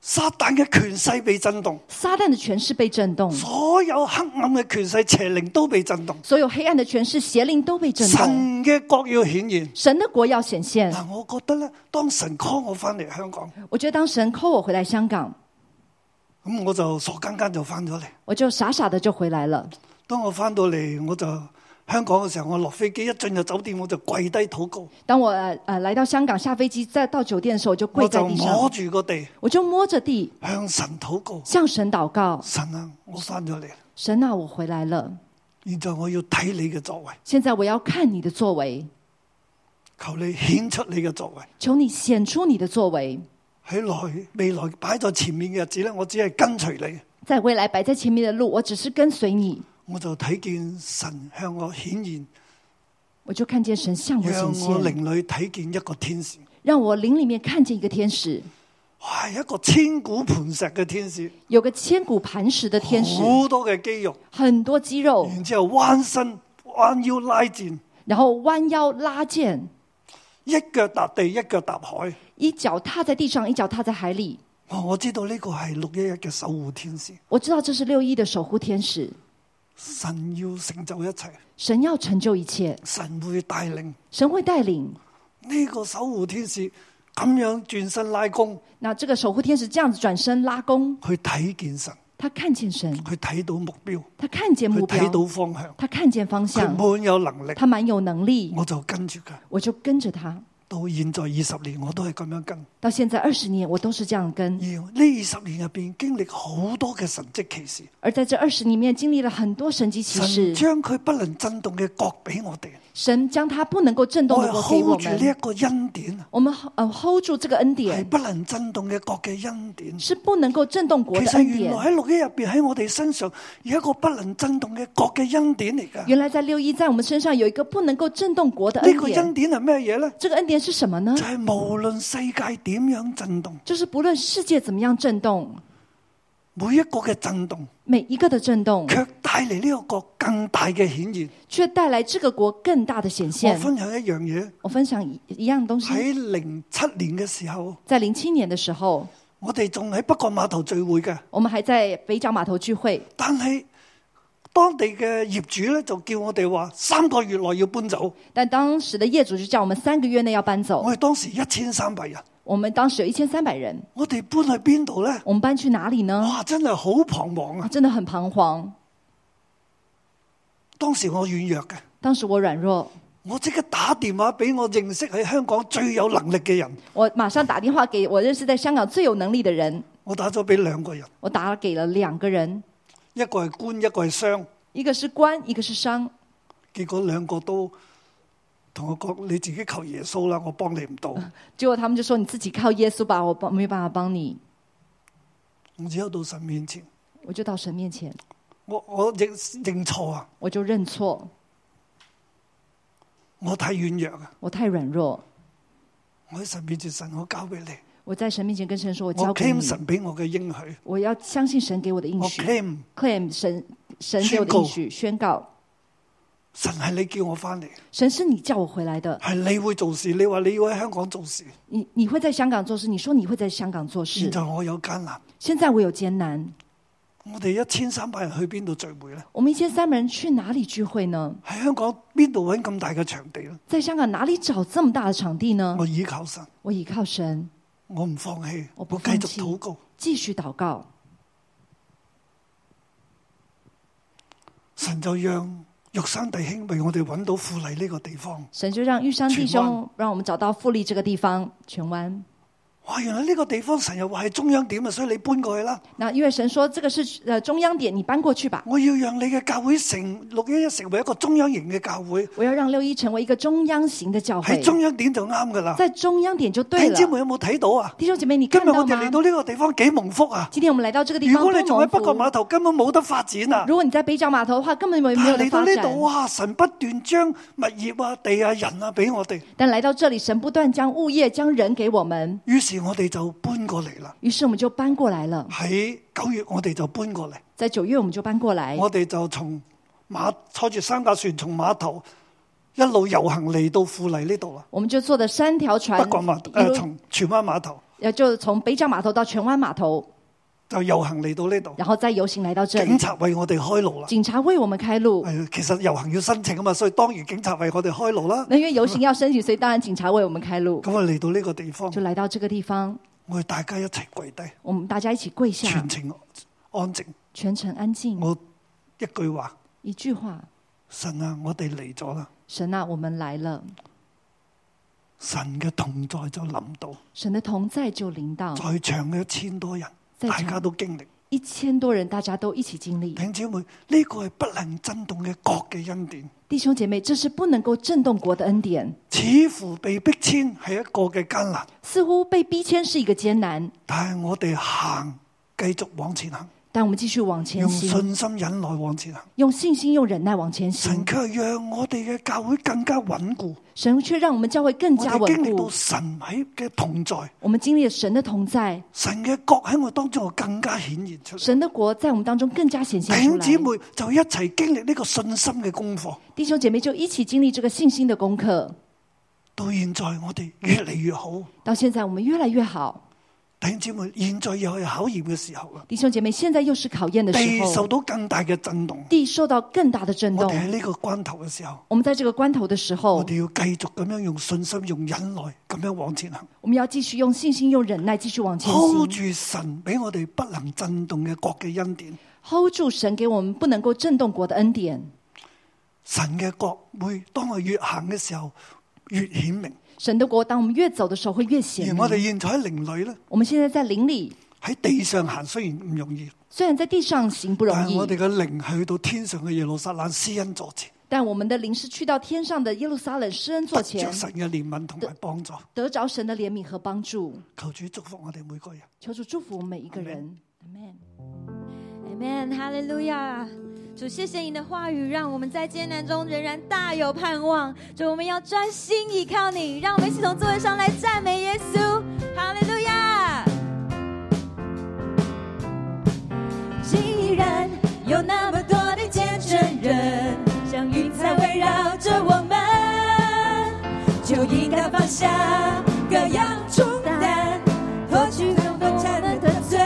Speaker 2: 撒旦嘅權勢被震動，
Speaker 3: 撒旦的权势被震动，
Speaker 2: 所有黑暗嘅權勢邪靈都被震動。
Speaker 3: 所有黑暗的权势、邪灵都被震动。
Speaker 2: 神
Speaker 3: 嗯
Speaker 2: 嘅國要顯現。
Speaker 3: 神的国要显现。
Speaker 2: 嗱，我覺得咧，當神 call 我翻嚟香港，
Speaker 3: 我觉得当神 call 我回来香港，
Speaker 2: 咁我就傻更更就翻咗嚟。
Speaker 3: 我就傻傻的就回来了。
Speaker 2: 當我翻到嚟，我就香港嘅時候，我落飛機一進入酒店，我就跪低禱告，
Speaker 3: 当我呃呃来到香港下飞机，再到酒店的时候，我就跪
Speaker 2: 我
Speaker 3: 在
Speaker 2: 就
Speaker 3: 地上
Speaker 2: 摸，住個地
Speaker 3: 我就摸着地
Speaker 2: 向神禱告。
Speaker 3: 向神祷告：
Speaker 2: 神啊，我翻咗嚟，
Speaker 3: 神啊，我回来了，
Speaker 2: 現在我要睇你嘅作為，
Speaker 3: 现在我要看你的作为，
Speaker 2: 求你顯出你嘅作為。
Speaker 3: 求你显出你的作为。
Speaker 2: 喺來未來擺在前面嘅日子咧，我只係跟隨你，
Speaker 3: 在未来摆在前面的路，我只是跟随你，
Speaker 2: 我就睇見神向我顯現，
Speaker 3: 我就看见神向我
Speaker 2: 讓
Speaker 3: 显
Speaker 2: 我
Speaker 3: 现，
Speaker 2: 靈裏睇見一個天使，
Speaker 3: 让我灵里面看见一个天使，
Speaker 2: 哇！一個千古磐石嘅天使，
Speaker 3: 有个千古磐石的天使，
Speaker 2: 好多嘅肌肉，
Speaker 3: 很多肌肉，
Speaker 2: 然之後彎身彎腰拉箭，
Speaker 3: 然后弯腰拉剑，
Speaker 2: 一腳踏地，一腳踏海。
Speaker 3: 一脚踏在地上，一脚踏在海里。
Speaker 2: 哇！我知道呢個係六一一嘅守護天使，
Speaker 3: 我知道这是六一的守护天使，
Speaker 2: 神要成就一切，
Speaker 3: 神要成就一切，
Speaker 2: 神會帶領
Speaker 3: 神会带领。
Speaker 2: 呢、個守護天使咁樣轉身拉弓
Speaker 3: 那这个守护天使这样子转身拉弓，
Speaker 2: 去睇見神，
Speaker 3: 他看见神，
Speaker 2: 去睇到目標。
Speaker 3: 他看见
Speaker 2: 佢
Speaker 3: 目标
Speaker 2: 睇，到方向，
Speaker 3: 他看见方
Speaker 2: 佢
Speaker 3: 向，
Speaker 2: 滿有能力，
Speaker 3: 他蛮有能力，
Speaker 2: 我就跟住佢。
Speaker 3: 我就跟着他。
Speaker 2: 到現在二十年，我都係咁樣跟。
Speaker 3: 到現在二十年，我都是這樣跟
Speaker 2: 而。呢二十年入邊，經歷好多嘅神蹟奇事，
Speaker 3: 而在这二十年里面，经歷了很多神迹奇
Speaker 2: 神
Speaker 3: 事，
Speaker 2: 將佢不能震動嘅國俾我哋，
Speaker 3: 神將他不能夠震動
Speaker 2: 我係
Speaker 3: 的国给我
Speaker 2: hold 住呢
Speaker 3: 们。
Speaker 2: 一個恩典，
Speaker 3: 我们呃 hold 住这个恩
Speaker 2: 係
Speaker 3: 典，
Speaker 2: 不能震動嘅國嘅恩典。啊
Speaker 3: 是不能夠震動国
Speaker 2: 其
Speaker 3: 的
Speaker 2: 實
Speaker 3: 恩
Speaker 2: 原來啊
Speaker 3: 典。
Speaker 2: 喺六一入邊喺我哋身上有一個不能震動嘅國嘅恩典嚟㗎。
Speaker 3: 原來在六一，在我們身上有一個不能夠震動国的
Speaker 2: 呢
Speaker 3: 恩
Speaker 2: 個恩典
Speaker 3: 典。
Speaker 2: 係咩嘢呢？
Speaker 3: 这個恩典是什麼呢
Speaker 2: 就？係無論世界點樣震動，
Speaker 3: 就是不論世界怎麼樣震動，
Speaker 2: 每一個嘅震動，
Speaker 3: 每一個的震動，
Speaker 2: 卻帶嚟呢個國更大嘅顯現。
Speaker 3: 却帶來這個国更大的顯
Speaker 2: 我
Speaker 3: 現。
Speaker 2: 分享一樣嘢，
Speaker 3: 我分享一一樣東西，
Speaker 2: 喺零七年嘅時候，
Speaker 3: 在零七年的時候，
Speaker 2: 我哋仲喺北角碼頭聚會嘅，
Speaker 3: 我們還在北角碼頭聚會，
Speaker 2: 但係當地嘅業主咧就叫我哋話三個月內要搬走。
Speaker 3: 但當時的業主就叫我們三個月內要搬走。
Speaker 2: 我哋當時一千三百人，
Speaker 3: 我们当时有一千三百人，
Speaker 2: 我哋搬去邊度呢？
Speaker 3: 我们搬去哪里呢？
Speaker 2: 哇！真係好彷徨
Speaker 3: 啊
Speaker 2: 啊！
Speaker 3: 真的很彷徨。
Speaker 2: 當時我軟弱嘅，
Speaker 3: 当時我軟弱，
Speaker 2: 我即刻打電話俾我認識喺香港最有能力嘅人，
Speaker 3: 我马上打電話給我認識在香港最有能力的人，
Speaker 2: 我打咗俾兩個人，
Speaker 3: 我打給了兩個人，
Speaker 2: 一個係官，一個係商。
Speaker 3: 一個是官，一個是商。
Speaker 2: 結果兩個都同我講：你自己求耶穌啦，我幫你唔到。
Speaker 3: 結果他們就說：“你自己靠耶穌吧，我帮没有辦法幫你。”
Speaker 2: 然之後到神面前，
Speaker 3: 我就到神面前，
Speaker 2: 我我認認錯啊，
Speaker 3: 我就认错，
Speaker 2: 我太軟弱啊，
Speaker 3: 我太软弱。
Speaker 2: 我喺神面前，神我交俾你，
Speaker 3: 我在神面前跟神说，我交
Speaker 2: 我
Speaker 3: 给你
Speaker 2: claim，神俾我嘅應許，
Speaker 3: 我要相信神给我的应
Speaker 2: 我
Speaker 3: 许
Speaker 2: claim
Speaker 3: ，claim 神神给我的应许，宣告
Speaker 2: 神係你叫我翻嚟，
Speaker 3: 神是你叫我回来的，
Speaker 2: 係你會做事，你話你要喺香港做事，
Speaker 3: 你你会在香港做事，你说你会在香港做
Speaker 2: 現
Speaker 3: 事，
Speaker 2: 在我有艱難，
Speaker 3: 现在我有艰难，
Speaker 2: 我哋一千三百人去邊度聚會呢？
Speaker 3: 我们一千三百人去哪里聚会呢？
Speaker 2: 喺香港邊度揾咁大嘅場地呢？
Speaker 3: 在香港哪里找这么大的场地呢？
Speaker 2: 我倚靠神，
Speaker 3: 我倚靠神，
Speaker 2: 我唔放棄，
Speaker 3: 我
Speaker 2: 我
Speaker 3: 不
Speaker 2: 繼
Speaker 3: 放
Speaker 2: 續
Speaker 3: 棄
Speaker 2: 禱告，
Speaker 3: 继续祷告，
Speaker 2: 神就讓玉山弟兄為我哋揾到富麗呢個地方。
Speaker 3: 神就让玉山弟
Speaker 2: 荃
Speaker 3: 兄
Speaker 2: 湾
Speaker 3: 让我们找到富丽这个地方，荃湾。
Speaker 2: 哇！原來呢個地方神又話係中央點啊，所以你搬過去啦。
Speaker 3: 那因为神说这个是呃中央点，你搬过去吧。
Speaker 2: 我要讓你嘅教會成六一一成為一個中央型嘅教會，
Speaker 3: 我要让六一成为一个中央型的教会
Speaker 2: 喺，中央點就啱噶啦。
Speaker 3: 在中央点就
Speaker 2: 弟
Speaker 3: 对
Speaker 2: 兄姊妹
Speaker 3: 了。
Speaker 2: 有冇睇到啊？
Speaker 3: 弟兄姐妹，你
Speaker 2: 今
Speaker 3: 看
Speaker 2: 日我
Speaker 3: 到
Speaker 2: 哋嚟
Speaker 3: 吗？
Speaker 2: 到呢個地方幾蒙福啊！
Speaker 3: 今天我们来到这个地
Speaker 2: 如
Speaker 3: 方，
Speaker 2: 果你仲喺
Speaker 3: 多
Speaker 2: 北角
Speaker 3: 蒙
Speaker 2: 碼
Speaker 3: 福。
Speaker 2: 頭，根本冇得發展啊！
Speaker 3: 如果你在北角码头的话，根本没有没有
Speaker 2: 但
Speaker 3: 的
Speaker 2: 嚟到
Speaker 3: 发
Speaker 2: 呢
Speaker 3: 展。
Speaker 2: 度，哇！神不斷將物業啊、地啊、人啊俾我哋，
Speaker 3: 但来到这里，神不断将物业、将人给我们，
Speaker 2: 於是我哋就搬過嚟啦。
Speaker 3: 于是我们就搬过来了。
Speaker 2: 喺九月我哋就搬過嚟，
Speaker 3: 在九月我们就搬过来，
Speaker 2: 我哋就從碼坐住三架船從碼頭一路遊行嚟到富麗呢度啦。
Speaker 3: 我们就坐的三条船，
Speaker 2: 北角碼頭
Speaker 3: 一
Speaker 2: 誒，
Speaker 3: 路
Speaker 2: 從荃灣碼頭
Speaker 3: 呃，就从北角码头到荃湾码头，
Speaker 2: 就遊行嚟到呢度，
Speaker 3: 然后再游行来到这里
Speaker 2: 警。察為我哋開路啦。
Speaker 3: 警察为我们开路，
Speaker 2: 係其實遊行要申請啊嘛，所以當然警察為我哋開路啦。
Speaker 3: 那因为游行要申请，所以当然警察为我们开路，
Speaker 2: 咁啊嚟到呢個地方
Speaker 3: 就，来到这个地方，
Speaker 2: 我哋大家一齊跪低，
Speaker 3: 我们大家一起跪下
Speaker 2: 全，程安靜。
Speaker 3: 全程安静。
Speaker 2: 我一句話：
Speaker 3: 一句话，
Speaker 2: 神啊，我哋嚟咗啦！
Speaker 3: 神啊，我们来了，
Speaker 2: 神嘅同在就臨到，
Speaker 3: 神的同在就临到，
Speaker 2: 在場嘅一千多人，
Speaker 3: 哦在
Speaker 2: 大
Speaker 3: 場
Speaker 2: 家都經歷。
Speaker 3: 一千多人，大家都一起经历
Speaker 2: 弟。兄姊妹，呢、個係不能震動嘅國嘅恩典，
Speaker 3: 弟兄姐妹，这是不能够震动国的恩典，
Speaker 2: 似乎被逼遷係一個嘅艱難，
Speaker 3: 似乎被逼迁是一个艰难，
Speaker 2: 但係我哋行，繼續往前行，
Speaker 3: 但我们继续往前
Speaker 2: 用
Speaker 3: 行，
Speaker 2: 信心忍耐往前行。
Speaker 3: 用信心、用忍耐往前行
Speaker 2: 神。卻讓我哋嘅教會更加穩固，
Speaker 3: 神却让我们教会更
Speaker 2: 我
Speaker 3: 加
Speaker 2: 哋
Speaker 3: 稳
Speaker 2: 經歷到
Speaker 3: 固，
Speaker 2: 神喺嘅同在，
Speaker 3: 我们经历了神的同在，
Speaker 2: 神嘅國喺我當中就更加顯現出嚟。
Speaker 3: 神的国在我们当中更加显现
Speaker 2: 弟
Speaker 3: 出
Speaker 2: 兄姊
Speaker 3: 来。
Speaker 2: 妹就一齊經歷呢個信心嘅功課，
Speaker 3: 弟兄姐妹就一起经历这个信心的功课。
Speaker 2: 到現在我哋越嚟越好。
Speaker 3: 到现在，我们越来越好。
Speaker 2: 弟兄姊妹，現在又係考驗嘅時候啦，
Speaker 3: 弟兄姐妹，现在又是考验的
Speaker 2: 地
Speaker 3: 时
Speaker 2: 受
Speaker 3: 候，
Speaker 2: 到更大嘅震動。
Speaker 3: 地受到更大的震哦
Speaker 2: 我
Speaker 3: 动
Speaker 2: 哋。喺呢個關頭嘅時候，
Speaker 3: 我们在这个关头的时候
Speaker 2: 我，哋要繼續咁樣用信心、用忍耐咁樣往前行
Speaker 3: 我们要继续用信心、用忍耐继续往前
Speaker 2: ，hold
Speaker 3: 行
Speaker 2: 住神俾我哋不能震動嘅國嘅恩典。
Speaker 3: ，hold 住神给我们不能够震动国的恩典。
Speaker 2: 神嘅國會當我越行嘅時候越顯明，
Speaker 3: 神的国，当我们越走的时候会越显
Speaker 2: 而
Speaker 3: 明
Speaker 2: 我。哋現在喺靈裏咧
Speaker 3: 我们现在在灵里，
Speaker 2: 喺地上行，雖然唔容易，
Speaker 3: 虽然在地上行不容
Speaker 2: 但係
Speaker 3: 易
Speaker 2: 我，哋嘅靈係去到天上嘅耶路撒冷施恩座前，
Speaker 3: 但我们的灵是去到天上的耶路撒冷施恩座
Speaker 2: 得
Speaker 3: 前
Speaker 2: 着，神嘅憐憫同埋幫助。
Speaker 3: 得着神的怜悯和帮助。
Speaker 2: 求主祝福我哋每個人。
Speaker 3: 求主祝福我们每一个人。Amen。
Speaker 4: Amen，哈利路亚！主，谢谢你的话语，让我们在艰难中仍然大有盼望。主，我们要专心倚靠你，让我们一起从座位上来赞美耶稣，哈利路亚！既然有那么多的见证人，像云彩围绕着我们，就应该放下各样重担，脱去很多缠人的罪。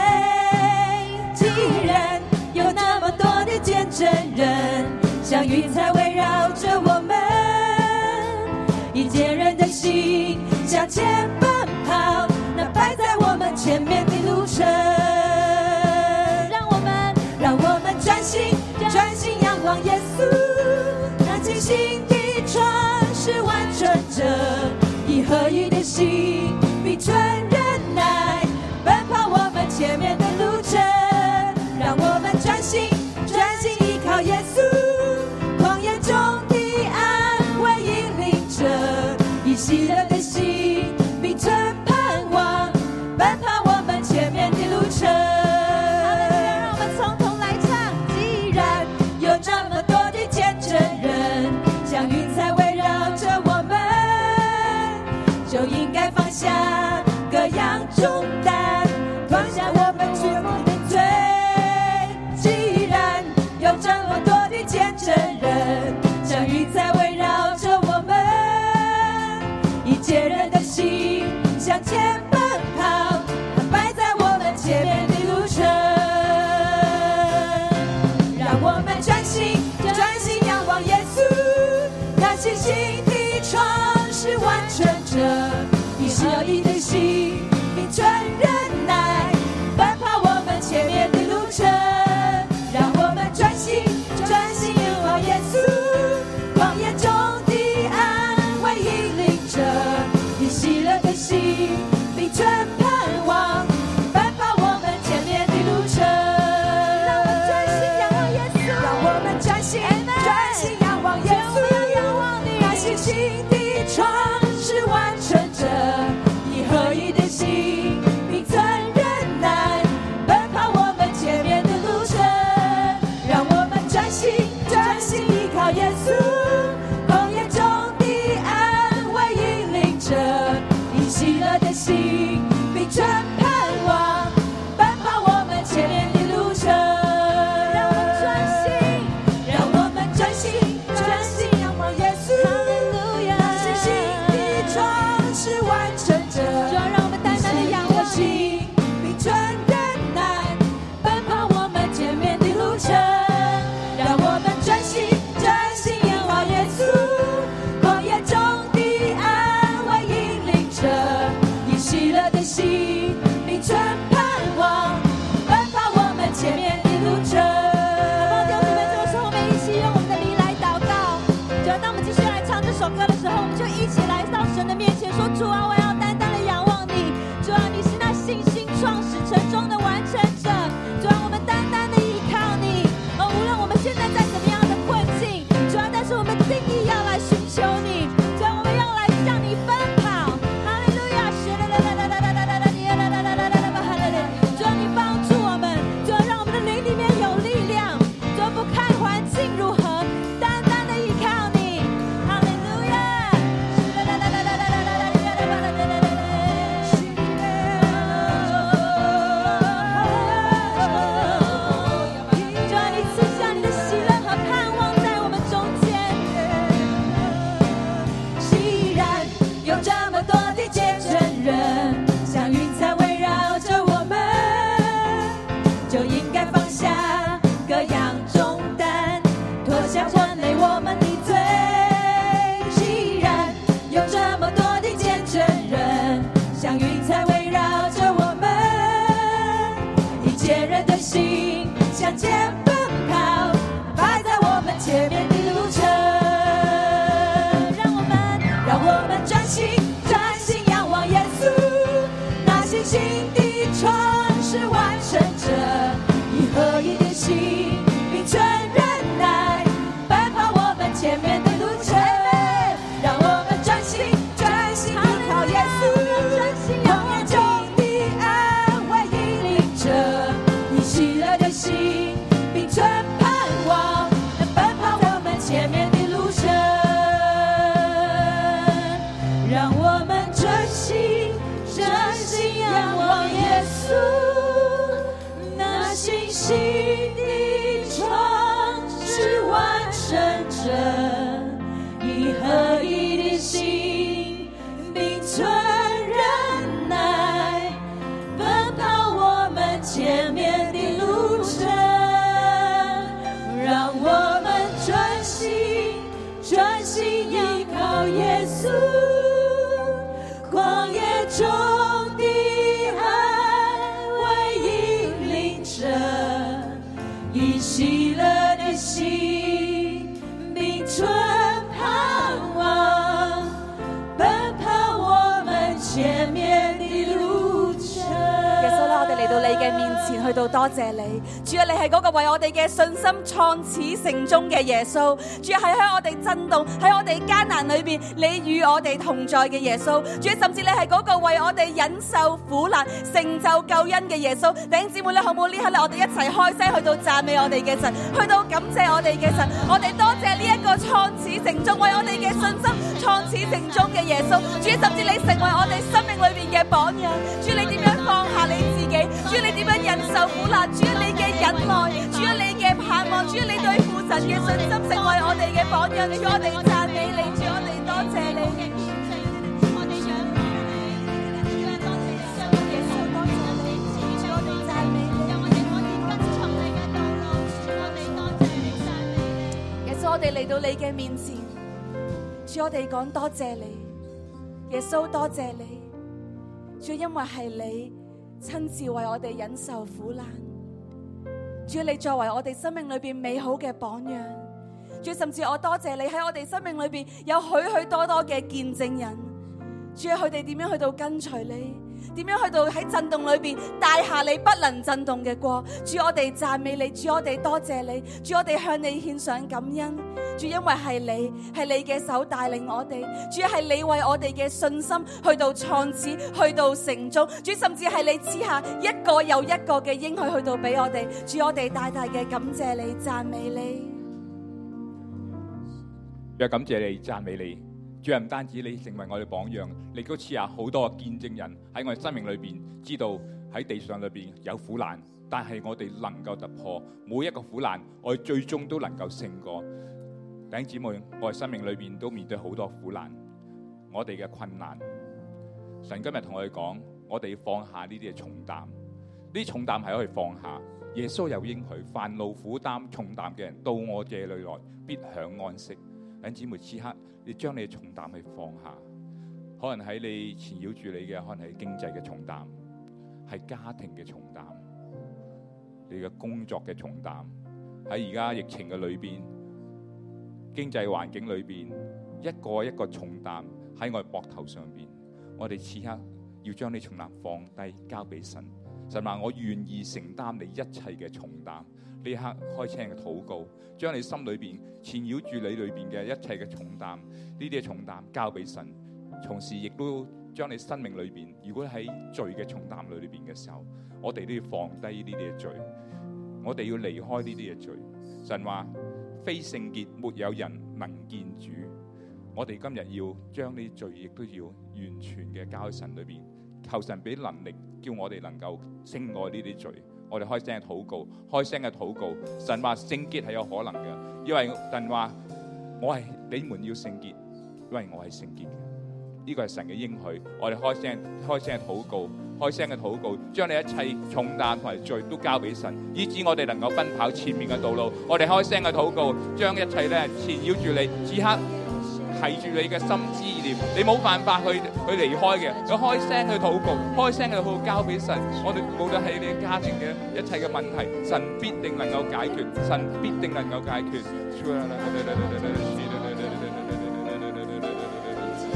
Speaker 4: 既然有那么多的见证人，像云彩围绕着我们，以坚韧的心向前奔跑，那摆在我们前面的路程。让我们，让我们专心，专心仰望耶稣，那清醒的船是完成者，一合一的心，比存忍耐，奔跑我们前面的路程。让我们专心，专心依靠耶稣，旷野中的安慰引领着，以喜乐的心，秉承盼望，奔跑我们前面的路程。心的创始完成者，你是有你的心，并存忍耐，奔跑我们前面的路程。让我们专心，专心仰望耶稣，旷野中的安慰引领着，你喜乐的心，并存盼望，奔跑我们前面的路程。让我们专心仰望耶稣，让我们专心专心仰望耶稣，仰望你那信心的创始完成者，一合一的心，并存忍耐，奔跑我们前面的路程。让我们专心专心依靠耶稣，旷野中的安慰引领着你喜乐的心，并存盼望，奔跑我们前面的路程。让我们专心，让我们专心专心仰望耶稣，那信心的创始完成者。让我们单单的仰望你，并存忍耐。奔跑我们前面的路程，让我们专心专心仰望耶稣，旷野中的安慰引领着，以喜乐的心并存盼望，奔跑我们前面的路程。弟兄姊妹，这个时候我们一起用我们的灵来祷告。主要当我们继续来唱这首歌的时候，我们就一起来到神的面前说：主啊，我要单单的仰望你。主啊，你是那信心创始成终的完成者。主啊，我们单单的依靠你。哦，无论我们现在在怎么样的困境，主啊，但是我们定义要来寻求你。主啊，我们要来向你奔跑。哈利路亚！学啦啦啦啦啦啦啦啦，你啦啦啦啦啦啦啦，哈利路亚！主啊，你帮助我们，主啊，让我们的灵里面有力量。主啊，不看环境如何，单单的依靠你。哈利路亚！啦啦啦啦啦啦啦啦啦啦啦啦啦啦啦。主啊，你赐下你的喜乐和盼望在我们中间。既然有这么多的见证人，像云彩围绕着我们，就应该放下各样重担，脱下传累我们的罪。既然有这么多的见证人，像云彩围绕着我们，一切人的心向前奔跑，摆在我们前面的路程。让我们，让我们专心专心仰望耶稣，那信心的创始完成者，一合一的心，并存忍耐，奔跑我们前面的路程。让我们专心专心依靠耶稣，旷野中的安慰引领着你喜乐的心，并存盼望，能奔跑我们前面的路程。让我们专心专心仰望耶稣，那信心的创始完成者，一合一的心，并存忍耐，奔跑我们前面的路程。让我们专心专心依靠耶稣，旷野中的安慰引领着，以喜乐的心，并存盼望，奔跑我们前面的路程。
Speaker 5: 耶穌啦，我哋嚟到你嘅面前，去到多謝你，主啊，你係嗰個為我哋嘅信心創始成終嘅耶穌，主啊，係喺我哋震動，喺我哋艱難裏邊，你與我哋同在嘅耶穌，主啊，甚至你係嗰個為我哋忍受苦難、成就救恩嘅耶穌，弟兄姊妹咧，好唔好呢刻咧，我哋一齊開聲去到讚美我哋嘅神，去到感謝我哋嘅神，我哋多謝呢一個創始成終為我哋嘅信心創始成終嘅耶穌，主啊，甚至你成為我哋生命裏邊嘅榜樣，主啊，你點樣放下你自己，主啊，你點樣忍受苦難，主啊，你嘅忍耐，主啊，你嘅盼望，主啊，你對父神嘅信心成為我哋嘅榜樣，主啊，我哋讚美你，主啊，我哋多謝你。耶穌，我哋嚟到你嘅面前，主主，我哋讲多谢你，耶稣多谢你，主因为系你亲自为我哋忍受苦难，主你作为我哋生命里边美好嘅榜样，主甚至我多谢你喺我哋生命里边有许许多多嘅见证人，主佢哋点样去到跟随你。点样去到喺震动里边带下你不能震动嘅过？主，我哋赞美你，主，我哋多谢你，主，我哋向你献上感恩。主，因为系你，系你嘅手带领我哋，主系你为我哋嘅信心去到创始，去到成终，主甚至系你之下一个又一个嘅应许去到俾我哋，主，我哋大大嘅感谢你，赞美你。
Speaker 6: 主啊，感謝你，讚美你。主啊，唔單止你成為我哋榜樣，你都賜下好多見證人喺我哋生命裏邊，知道喺地上裏邊有苦難，但係我哋能夠突破每一個苦難，我哋最終都能夠勝過。弟兄姊妹，我哋生命裏邊都面對好多苦難，我哋嘅困難。神今日同我哋講，我哋要放下呢啲嘅重擔，呢啲重擔係可以放下。耶穌有應許，煩惱苦擔重擔嘅人到我這裏來，必享安息。弟兄姊妹，此刻你將你嘅重擔去放下，可能喺你纏繞住你嘅，可能係經濟嘅重擔，係家庭嘅重擔，你嘅工作嘅重擔。喺而家疫情嘅裏邊，經濟環境裏邊，一個一個重擔喺我哋膊頭上邊。我哋此刻要將呢重擔放低，交俾神。神話我願意承擔你一切嘅重擔。呢一刻開聲嘅禱告，將你心裏邊纏繞住你裏邊嘅一切嘅重擔，呢啲嘅重擔交俾神，同時亦都將你生命裏邊，如果喺罪嘅重擔裏邊嘅時候，我哋都要放低呢啲嘅罪，我哋要離開呢啲嘅罪。神話非聖潔，沒有人能見主。我哋今日要將呢啲罪，亦都要完全嘅交喺神裏邊，求神俾能力，叫我哋能夠勝過呢啲罪。我哋開聲嘅禱告，開聲嘅禱告。神話聖潔係有可能嘅，因為神話我係你們要聖潔，因為我係聖潔嘅。呢個係神嘅應許。我哋開聲開聲嘅禱告，開聲嘅禱告，將你一切重擔同埋罪都交俾神，以致我哋能夠奔跑前面嘅道路。我哋開聲嘅禱告，將一切咧纏繞住你，此刻。係住你嘅心思意念，你冇辦法去去離開嘅。佢開聲去禱告，開聲去禱告交俾神。我哋無論係你嘅家庭嘅一切嘅問題，神必定能夠解決，神必定能夠解決。
Speaker 7: 主啊，對早年嘅擔憂都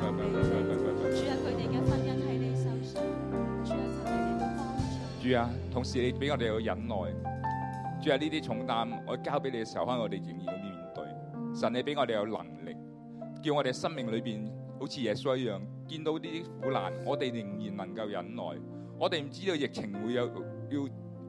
Speaker 7: 交俾你。主啊，佢哋嘅婚姻喺你手上。主啊，求你哋幫助。
Speaker 6: 主啊，同時你俾我哋有忍耐。主啊，呢啲重擔我交俾你嘅時候，可能我哋仍然要面對。神，你俾我哋有能力，叫我哋生命裏邊好似耶穌一樣，見到呢啲苦難，我哋仍然能夠忍耐。我哋唔知道疫情會有要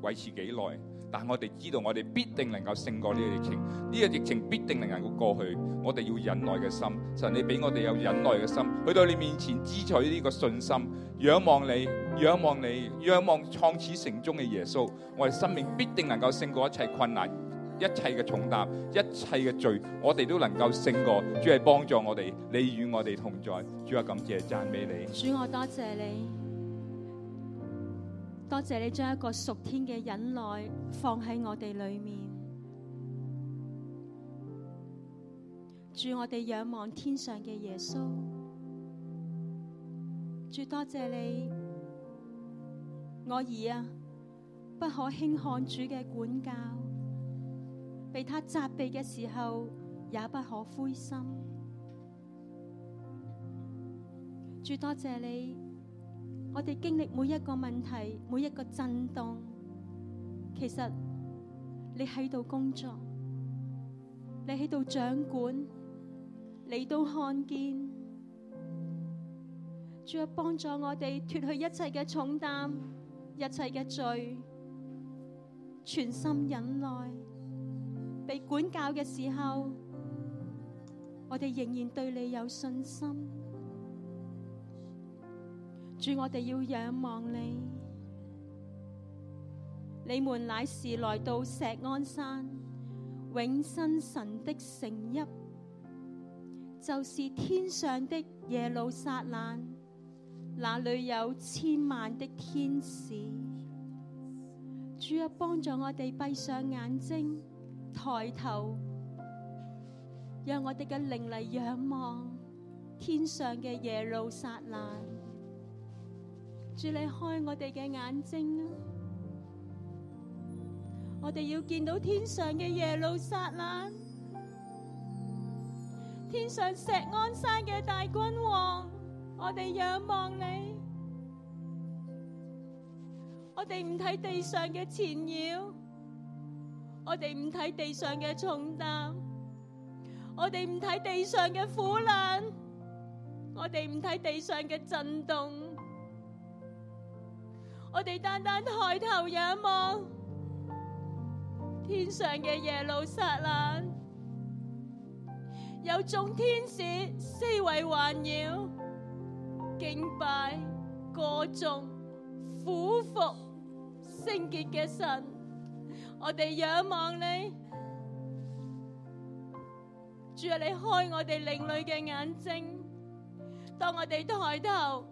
Speaker 6: 維持幾耐，但我哋知道我哋必定能夠勝過呢個疫情。呢、個疫情必定能夠過去。我哋要忍耐嘅心，神，你俾我哋有忍耐嘅心，去到你面前支取呢個信心，仰望你，仰望你，仰望創始成終嘅耶穌。我哋生命必定能夠勝過一切困難、一切嘅重擔、一切嘅罪，我哋都能夠勝過。主係幫助我哋，你與我哋同在。主啊，感謝讚美你。
Speaker 7: 主，我多謝你，多謝你將一個屬天嘅忍耐放喺我哋裏面。主，我哋仰望天上嘅耶穌。主，多謝你，我兒啊，不可輕看主嘅管教，被他責備嘅時候，也不可灰心。主，多謝你，我哋經歷每一個問題，每一個震動，其實你喺度工作，你喺度掌管，你都看見。主啊，幫助我哋脱去一切嘅重擔，一切嘅罪，全心忍耐。被管教嘅時候，我哋仍然對你有信心。主，我哋要仰望你。你们乃是来到石安山，永生神的城邑，就是天上的耶路撒冷，那里有千万的天使。主啊，帮助我哋闭上眼睛，抬头，让我哋嘅灵嚟仰望天上嘅耶路撒冷。主，你开我哋嘅眼睛啊！我哋要见到天上嘅耶路撒冷，天上石安山嘅大君王，我哋仰望你。我哋唔睇地上嘅缠绕，我哋唔睇地上嘅重担，我哋唔睇地上嘅苦难，我哋唔睇地上嘅震动，我哋单单抬头仰望天上嘅耶路撒冷，有众天使四围环绕，敬拜歌颂。苦服圣洁嘅神，我哋仰望你，主啊，你开我哋另类嘅眼睛，当我哋抬头，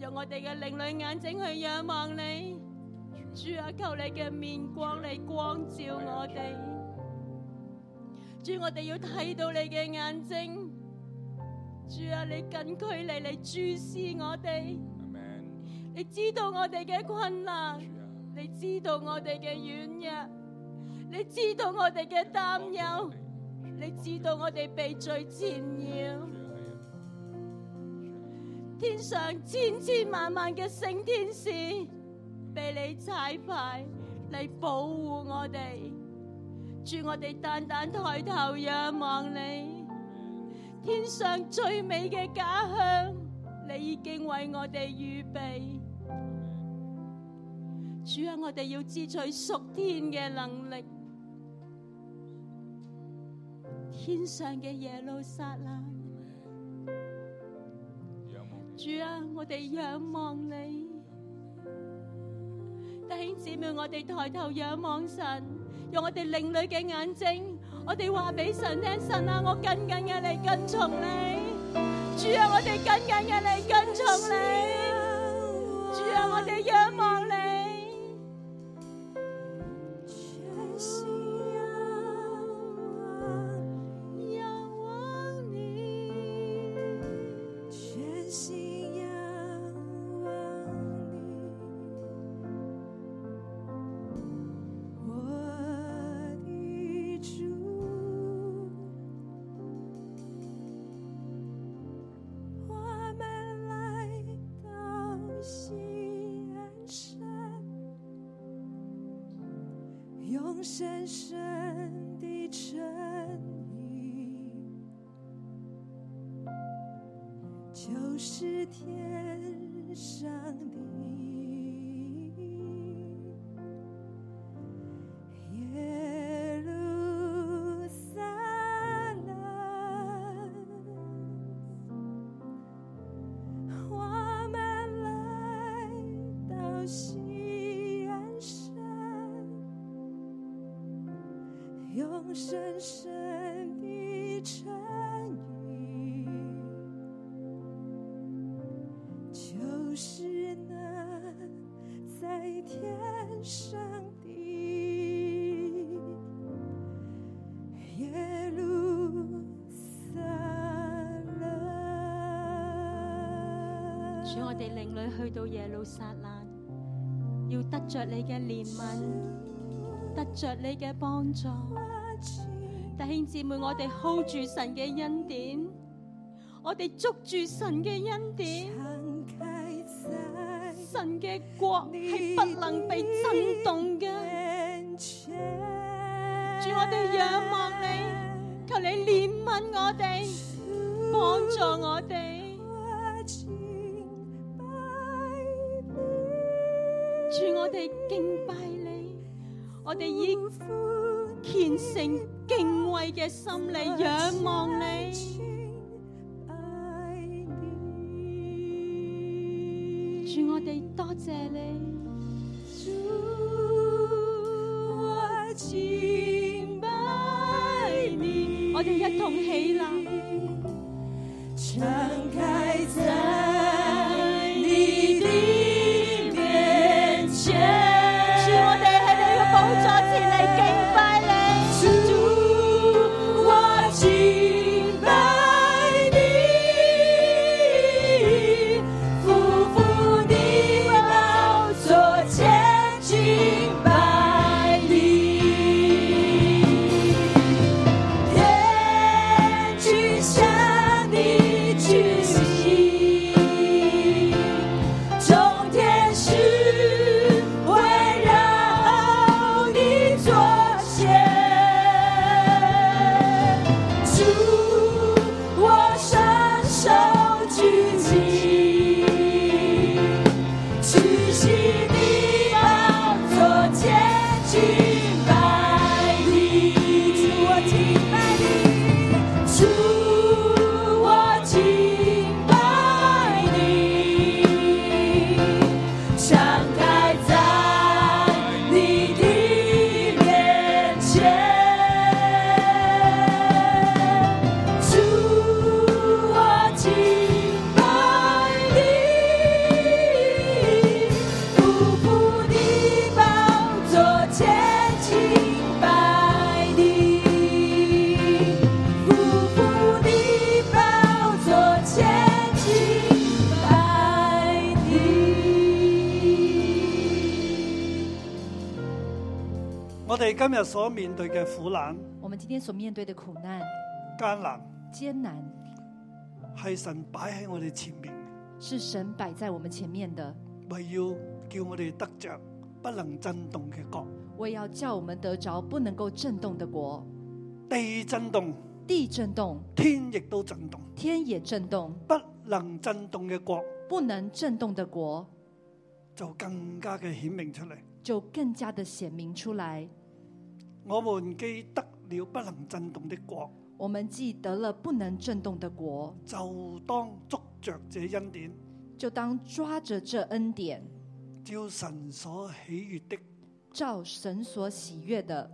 Speaker 7: 用我哋嘅另类眼睛去仰望你，主啊，求你嘅面光嚟光照我哋，主，我哋要睇到你嘅眼睛，主啊，你近距离嚟注视我哋。
Speaker 6: Amen。
Speaker 7: 你知道我哋嘅困難，
Speaker 6: 主啊，
Speaker 7: 你知道我哋嘅軟弱，你知道我哋嘅擔憂，你知道我哋被罪纏繞。
Speaker 6: 主啊，係啊，
Speaker 7: 天上千千萬萬嘅聖天使被你踩牌嚟保護我哋，主我哋單單抬頭仰望你，天上最美嘅家鄉，你已經為我哋預備。主啊，我哋要支取屬天嘅能力，天上嘅耶路撒冷。
Speaker 6: 仰望你
Speaker 7: 主啊，我哋仰望你，弟兄姊妹，我哋抬头仰望神，用我哋另类嘅眼睛，我哋话俾神听，神啊，我紧紧嘅嚟跟从你，主啊，我哋紧紧嘅嚟跟从你，主啊，我哋仰望你。
Speaker 5: 全心仰望，仰望你，全心仰望你，我的主，我们来到西安山。用深深的诚意，就是天上的耶路撒冷。我们来到西安山。用深深的诚意，就是那在天上的耶路撒冷。
Speaker 7: 主，我哋另女去到耶路撒冷，要得着你嘅憐憫，得着你嘅幫助。弟兄姊妹，我哋 hold 住神嘅恩典，我哋捉住神嘅恩典，
Speaker 5: 敞开在
Speaker 7: 神嘅國係不能被震動嘅。
Speaker 5: 眼前。
Speaker 7: 主，我哋仰望你，求你憐憫我哋，幫助我哋。
Speaker 5: 我敬拜你，
Speaker 7: 主，我哋敬拜你，我哋以
Speaker 5: 父
Speaker 7: 虔誠敬畏嘅心嚟仰望你。
Speaker 5: 敬拜你。
Speaker 7: 主，我哋多謝你。
Speaker 5: 主，我敬拜你。
Speaker 7: 我哋一同起立，
Speaker 5: 敞开在你的面前。
Speaker 7: 主我哋喺你嘅宝座前嚟敬拜你，
Speaker 2: 我哋今日所面對嘅苦難、
Speaker 3: 我们今天所面对的苦難、
Speaker 2: 艱難，
Speaker 3: 艱難，
Speaker 2: 係神擺喺我哋前面，
Speaker 3: 是神擺在我們前面的，
Speaker 2: 為要叫我哋得着不能震動嘅國。
Speaker 3: 我也要叫我們得着不能夠震動的國。
Speaker 2: 地震動，
Speaker 3: 地震動，
Speaker 2: 天亦都震動，
Speaker 3: 天也震動，
Speaker 2: 不能震動嘅國
Speaker 3: 不能震動的國
Speaker 2: 就更加嘅顯明出嚟。
Speaker 3: 就更加的顯明出來。
Speaker 2: 我們既得了不能震動的國，
Speaker 3: 我們既得了不能震動的國，
Speaker 2: 就當捉着這恩典，
Speaker 3: 就當抓着這恩典，
Speaker 2: 照神所喜悦的，
Speaker 3: 照神所喜悅的，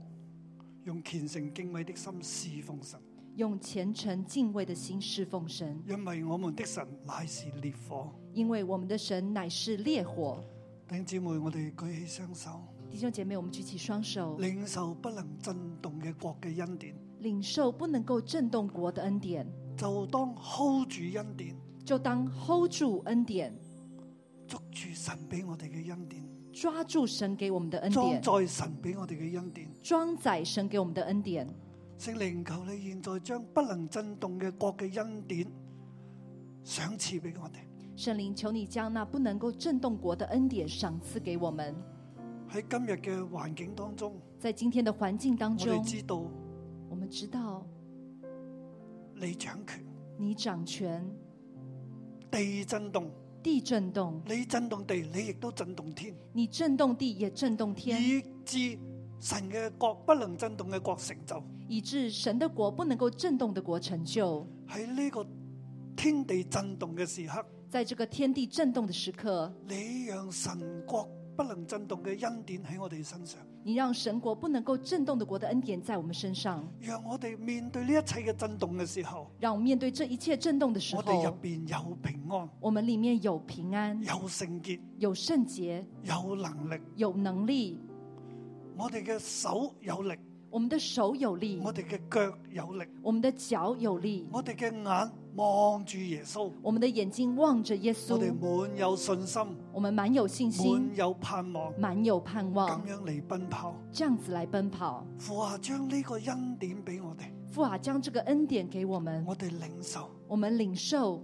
Speaker 2: 用虔誠敬畏的心侍奉神，
Speaker 3: 用虔誠敬畏的心侍奉神，
Speaker 2: 因為我們的神乃是烈火。
Speaker 3: 因為我們的神乃是烈火。
Speaker 2: 弟兄姊妹，我哋舉起雙手，
Speaker 3: 弟兄姐妹，我們舉起雙手，
Speaker 2: 領受不能震動嘅國嘅恩典，
Speaker 3: 領受不能夠震動國的恩典，
Speaker 2: 就當 hold 住恩典，
Speaker 3: 就當 hold 住恩典，
Speaker 2: 捉住神俾我哋嘅恩典，
Speaker 3: 抓住神給我們的恩
Speaker 2: 裝
Speaker 3: 典，
Speaker 2: 載神俾我哋嘅恩典。
Speaker 3: 裝載神給我們的恩典。
Speaker 2: 聖靈，求你現在將不能震動嘅國嘅恩典賞賜俾我哋。
Speaker 3: 聖靈，求你將那不能夠震動國的恩典賞賜給我們。
Speaker 2: 喺今日嘅環境當中，
Speaker 3: 在今天的環境當
Speaker 2: 我哋
Speaker 3: 中，
Speaker 2: 知道
Speaker 3: 我們知道
Speaker 2: 你掌權，
Speaker 3: 你掌權，
Speaker 2: 地震動，
Speaker 3: 地震動，
Speaker 2: 你震動地，你亦都震動天，
Speaker 3: 你震動地也震動天，
Speaker 2: 以致神嘅國不能震動嘅國成就。
Speaker 3: 以致神的國不能夠震動的國成就。
Speaker 2: 喺呢個天地震動嘅時刻，
Speaker 3: 在這個天地震動的時刻，
Speaker 2: 你讓神國不能震動嘅恩典喺我哋身上，
Speaker 3: 你讓神國不能夠震動的國的恩典在我們身上，
Speaker 2: 讓我哋面對呢一切嘅震動嘅時候，
Speaker 3: 讓我們面對這一切震動的時
Speaker 2: 我哋入
Speaker 3: 候，
Speaker 2: 邊有平安、
Speaker 3: 我們裡面有平安、
Speaker 2: 有聖潔、
Speaker 3: 有聖潔、
Speaker 2: 有能力，
Speaker 3: 有能力，
Speaker 2: 我哋嘅手有力，
Speaker 3: 我們的手有力，
Speaker 2: 我哋嘅腳有力，
Speaker 3: 我們的腳有力，
Speaker 2: 我哋嘅眼望住耶穌，
Speaker 3: 我们的眼睛望着耶
Speaker 2: 我哋
Speaker 3: 穌，
Speaker 2: 滿有信心，
Speaker 3: 我們滿有信心
Speaker 2: 滿，有盼望，
Speaker 3: 滿有盼
Speaker 2: 咁
Speaker 3: 望，
Speaker 2: 樣嚟奔跑。
Speaker 3: 這樣子來奔跑。
Speaker 2: 父啊，將呢個恩典俾我哋，
Speaker 3: 父啊，將這個恩典給我們，
Speaker 2: 我哋領受。
Speaker 3: 我們領受。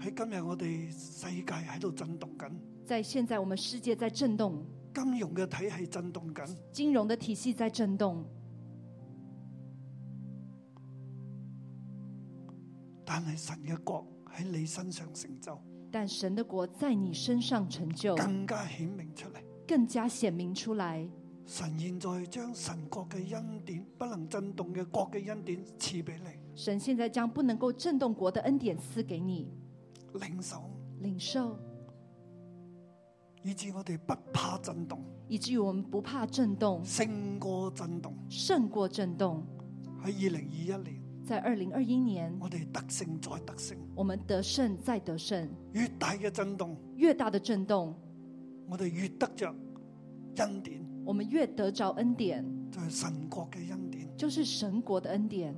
Speaker 2: 喺今日我哋世界喺度震動緊，
Speaker 3: 在現在我們世界在震動，
Speaker 2: 金融嘅體系震動緊，
Speaker 3: 金融的體系在震動，
Speaker 2: 但係神嘅國喺你身上成就，
Speaker 3: 但神的國在你身上成就，
Speaker 2: 更加顯明出嚟。
Speaker 3: 更加顯明出來。
Speaker 2: 神現在將神國嘅恩典，不能震動嘅國嘅恩典賜俾你，
Speaker 3: 神現在將不能夠震動國的恩典賜給你，
Speaker 2: 領受，
Speaker 3: 領受，
Speaker 2: 以致我哋不怕震動，
Speaker 3: 以至於我們不怕震動，
Speaker 2: 勝過震動。
Speaker 3: 勝過震動。
Speaker 2: 喺二零二一年，
Speaker 3: 在二零二一年，
Speaker 2: 我哋得勝再得勝，
Speaker 3: 我們得勝再得勝，
Speaker 2: 越大嘅震動，
Speaker 3: 越大的震動，
Speaker 2: 我哋越得着恩典，
Speaker 3: 我們越得着恩典，
Speaker 2: 就係、神國嘅恩典。
Speaker 3: 就是神國的恩典。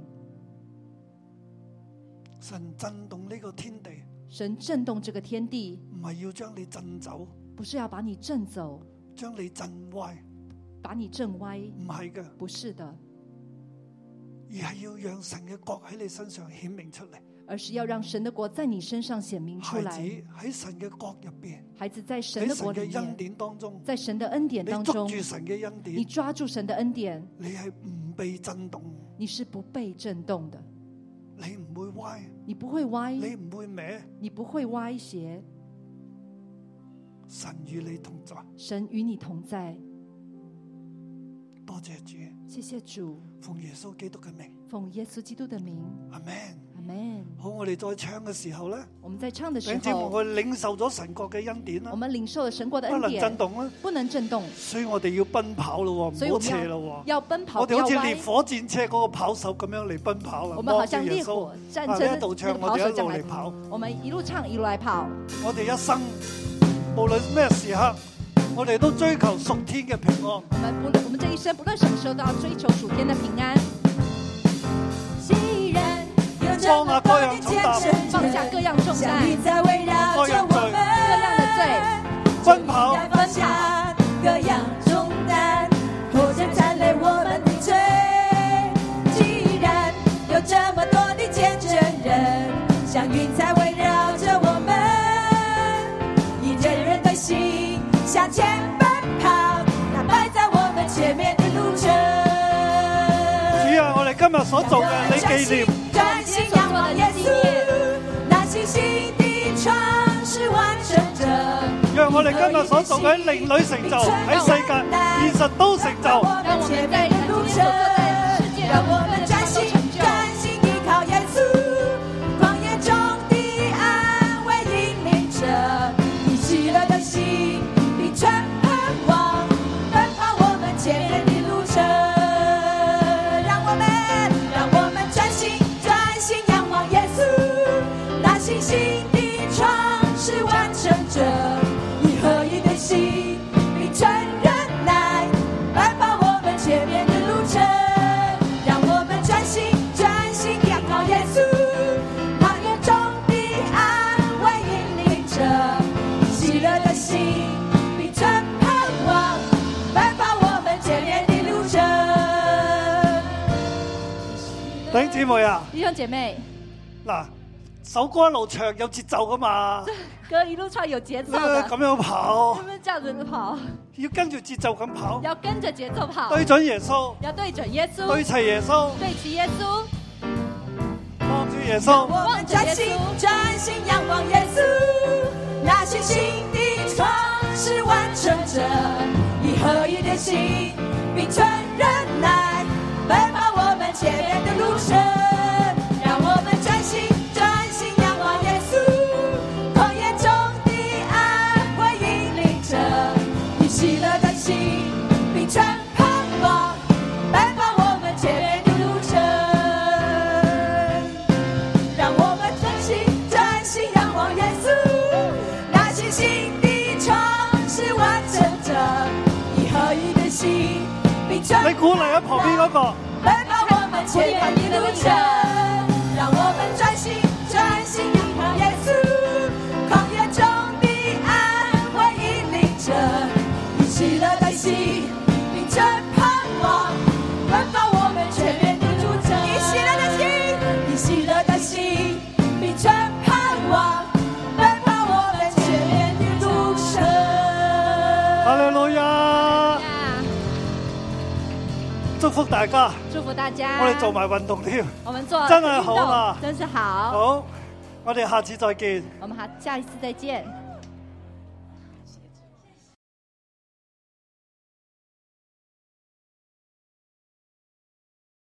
Speaker 2: 神震動呢個天地，
Speaker 3: 神震動這個天地，
Speaker 2: 唔係要將你震走，
Speaker 3: 不是要把你震走，
Speaker 2: 將你震壞，
Speaker 3: 把你震歪，
Speaker 2: 唔係嘅，
Speaker 3: 不是的，
Speaker 2: 而係要讓神嘅國喺你身上顯明出嚟。
Speaker 3: 而是要讓神的國在你身上顯明出
Speaker 2: 孩子
Speaker 3: 來。
Speaker 2: 喺神嘅國入邊，
Speaker 3: 孩子在神
Speaker 2: 喺
Speaker 3: 的
Speaker 2: 神
Speaker 3: 國裡
Speaker 2: 嘅恩
Speaker 3: 面，
Speaker 2: 典當中，
Speaker 3: 在神的恩典
Speaker 2: 你
Speaker 3: 當
Speaker 2: 捉
Speaker 3: 中，
Speaker 2: 住神嘅恩
Speaker 3: 你
Speaker 2: 典，
Speaker 3: 抓住神的恩典，
Speaker 2: 你係唔被震動，
Speaker 3: 你是不被震動的，
Speaker 2: 你唔會歪，
Speaker 3: 你不會歪，
Speaker 2: 你唔會歪。
Speaker 3: 你不會歪斜。
Speaker 2: 神與你同在，
Speaker 3: 神與你同在，
Speaker 2: 多謝主，
Speaker 3: 謝謝主，
Speaker 2: 奉耶穌基督嘅名，
Speaker 3: 奉耶穌基督的名，
Speaker 2: 阿 Man。
Speaker 3: 阿門。
Speaker 2: 好，我哋再唱嘅時候咧，
Speaker 3: 我們在唱的時
Speaker 2: 弟兄姊妹，
Speaker 3: 候，
Speaker 2: 我哋領受咗神國嘅恩典啦
Speaker 3: 我，們領受了神國的
Speaker 2: 不
Speaker 3: 恩
Speaker 2: 能震
Speaker 3: 典，
Speaker 2: 動啦。
Speaker 3: 不能震動，
Speaker 2: 所以我哋要奔跑咯，唔
Speaker 3: 所以
Speaker 2: 好
Speaker 3: 我們
Speaker 2: 斜
Speaker 3: 要
Speaker 2: 咯。
Speaker 3: 要奔跑，
Speaker 2: 我
Speaker 3: 不
Speaker 2: 哋
Speaker 3: 要
Speaker 2: 好似
Speaker 3: 歪
Speaker 2: 烈。火戰車嗰個跑手咁樣嚟奔跑啦。
Speaker 3: 我們好
Speaker 2: 幫助
Speaker 3: 像
Speaker 2: 耶
Speaker 3: 烈
Speaker 2: 穌
Speaker 3: 火戰
Speaker 2: 啊呢
Speaker 3: 爭
Speaker 2: 一
Speaker 3: 的
Speaker 2: 度
Speaker 3: 那
Speaker 2: 唱，
Speaker 3: 個
Speaker 2: 我
Speaker 3: 跑
Speaker 2: 哋
Speaker 3: 手
Speaker 2: 一
Speaker 3: 這樣
Speaker 2: 路
Speaker 3: 來
Speaker 2: 嚟跑。
Speaker 3: 我們一路唱一路來跑。
Speaker 2: 我哋一生無論咩時刻，我哋都追求屬天嘅平安。
Speaker 3: 我们不，我们这一生不论什麼時候都要追求屬天的平安，
Speaker 4: 既然有这
Speaker 2: 放
Speaker 4: 么
Speaker 2: 下各
Speaker 4: 多的
Speaker 2: 樣重
Speaker 4: 见
Speaker 2: 擔
Speaker 4: 证
Speaker 3: 放下各
Speaker 4: 人，
Speaker 3: 樣重
Speaker 4: 相遇
Speaker 3: 擔，
Speaker 4: 在围绕
Speaker 2: 各
Speaker 4: 着
Speaker 2: 樣
Speaker 4: 我
Speaker 2: 罪
Speaker 4: 们。
Speaker 3: 各樣的罪，
Speaker 4: Dạ, vâng.
Speaker 2: 奔跑，
Speaker 4: 云彩围绕着我们，迎着人的心向前奔跑，那摆在我们前面的路程。
Speaker 2: 主啊，我哋今日所做嘅，你
Speaker 4: 专
Speaker 2: 紀
Speaker 4: 心
Speaker 2: 念。
Speaker 4: 专心仰望耶稣，那星星的创是完成者，
Speaker 2: 让我哋今日所做嘅喺灵里成就，喺世界、現實都成就。
Speaker 4: 让我们在路程，让我们专心专心依靠耶稣，旷野中的安慰引领着，以喜乐的心秉承盼望，奔跑我们前面的路程。让我们，让我们专心专心仰望耶稣，那信心的创始完成者，以合一的心秉承忍耐。奔跑我们前面的路程，让我们专心专心仰望耶稣，旷野中的安慰引领着，喜乐的心秉承盼望，奔跑我们前面的路程。
Speaker 2: 弟兄姊妹啊，
Speaker 5: 弟兄姐妹，
Speaker 2: 嗱，首歌一路唱有節奏噶嘛，
Speaker 5: 歌一路唱有节奏的，
Speaker 2: 咁樣跑
Speaker 5: 是，不是这样子跑？
Speaker 2: 要跟住節奏咁跑，
Speaker 5: 要跟着节奏跑，
Speaker 2: 對準耶穌，
Speaker 5: 要对准耶稣，
Speaker 2: 對齊耶穌，
Speaker 5: 对齐耶稣，
Speaker 2: 望住耶穌。
Speaker 4: 我们专心专心仰望耶稣，那信心的创始完成者，以合一的心并存忍耐，奔跑我们前面的路程。让我们专心专心仰望耶稣，旷野中的安慰引领着，以喜乐的心并存盼望，奔跑我们前面的路程。让我们专心专心仰望耶稣，那信心的创是完成者，以合一的心并成。
Speaker 2: 你鼓勵喺旁邊嗰、個。
Speaker 4: 奔跑我们前面的路程，让我们专心专心仰望耶稣，旷野中的安慰引领着，以喜乐的心秉承盼望，奔跑我们前面的路程，以喜乐的心，以喜乐的心秉承盼望，奔跑我们前面的路程。
Speaker 2: 哈利路亞！祝福大家，
Speaker 5: 祝福大家。
Speaker 2: 我哋做埋運動添。
Speaker 5: 我们做
Speaker 2: 真的好啊
Speaker 5: 运动真是好。
Speaker 2: 好，我哋下次再見。
Speaker 5: 我们好，下一次再见。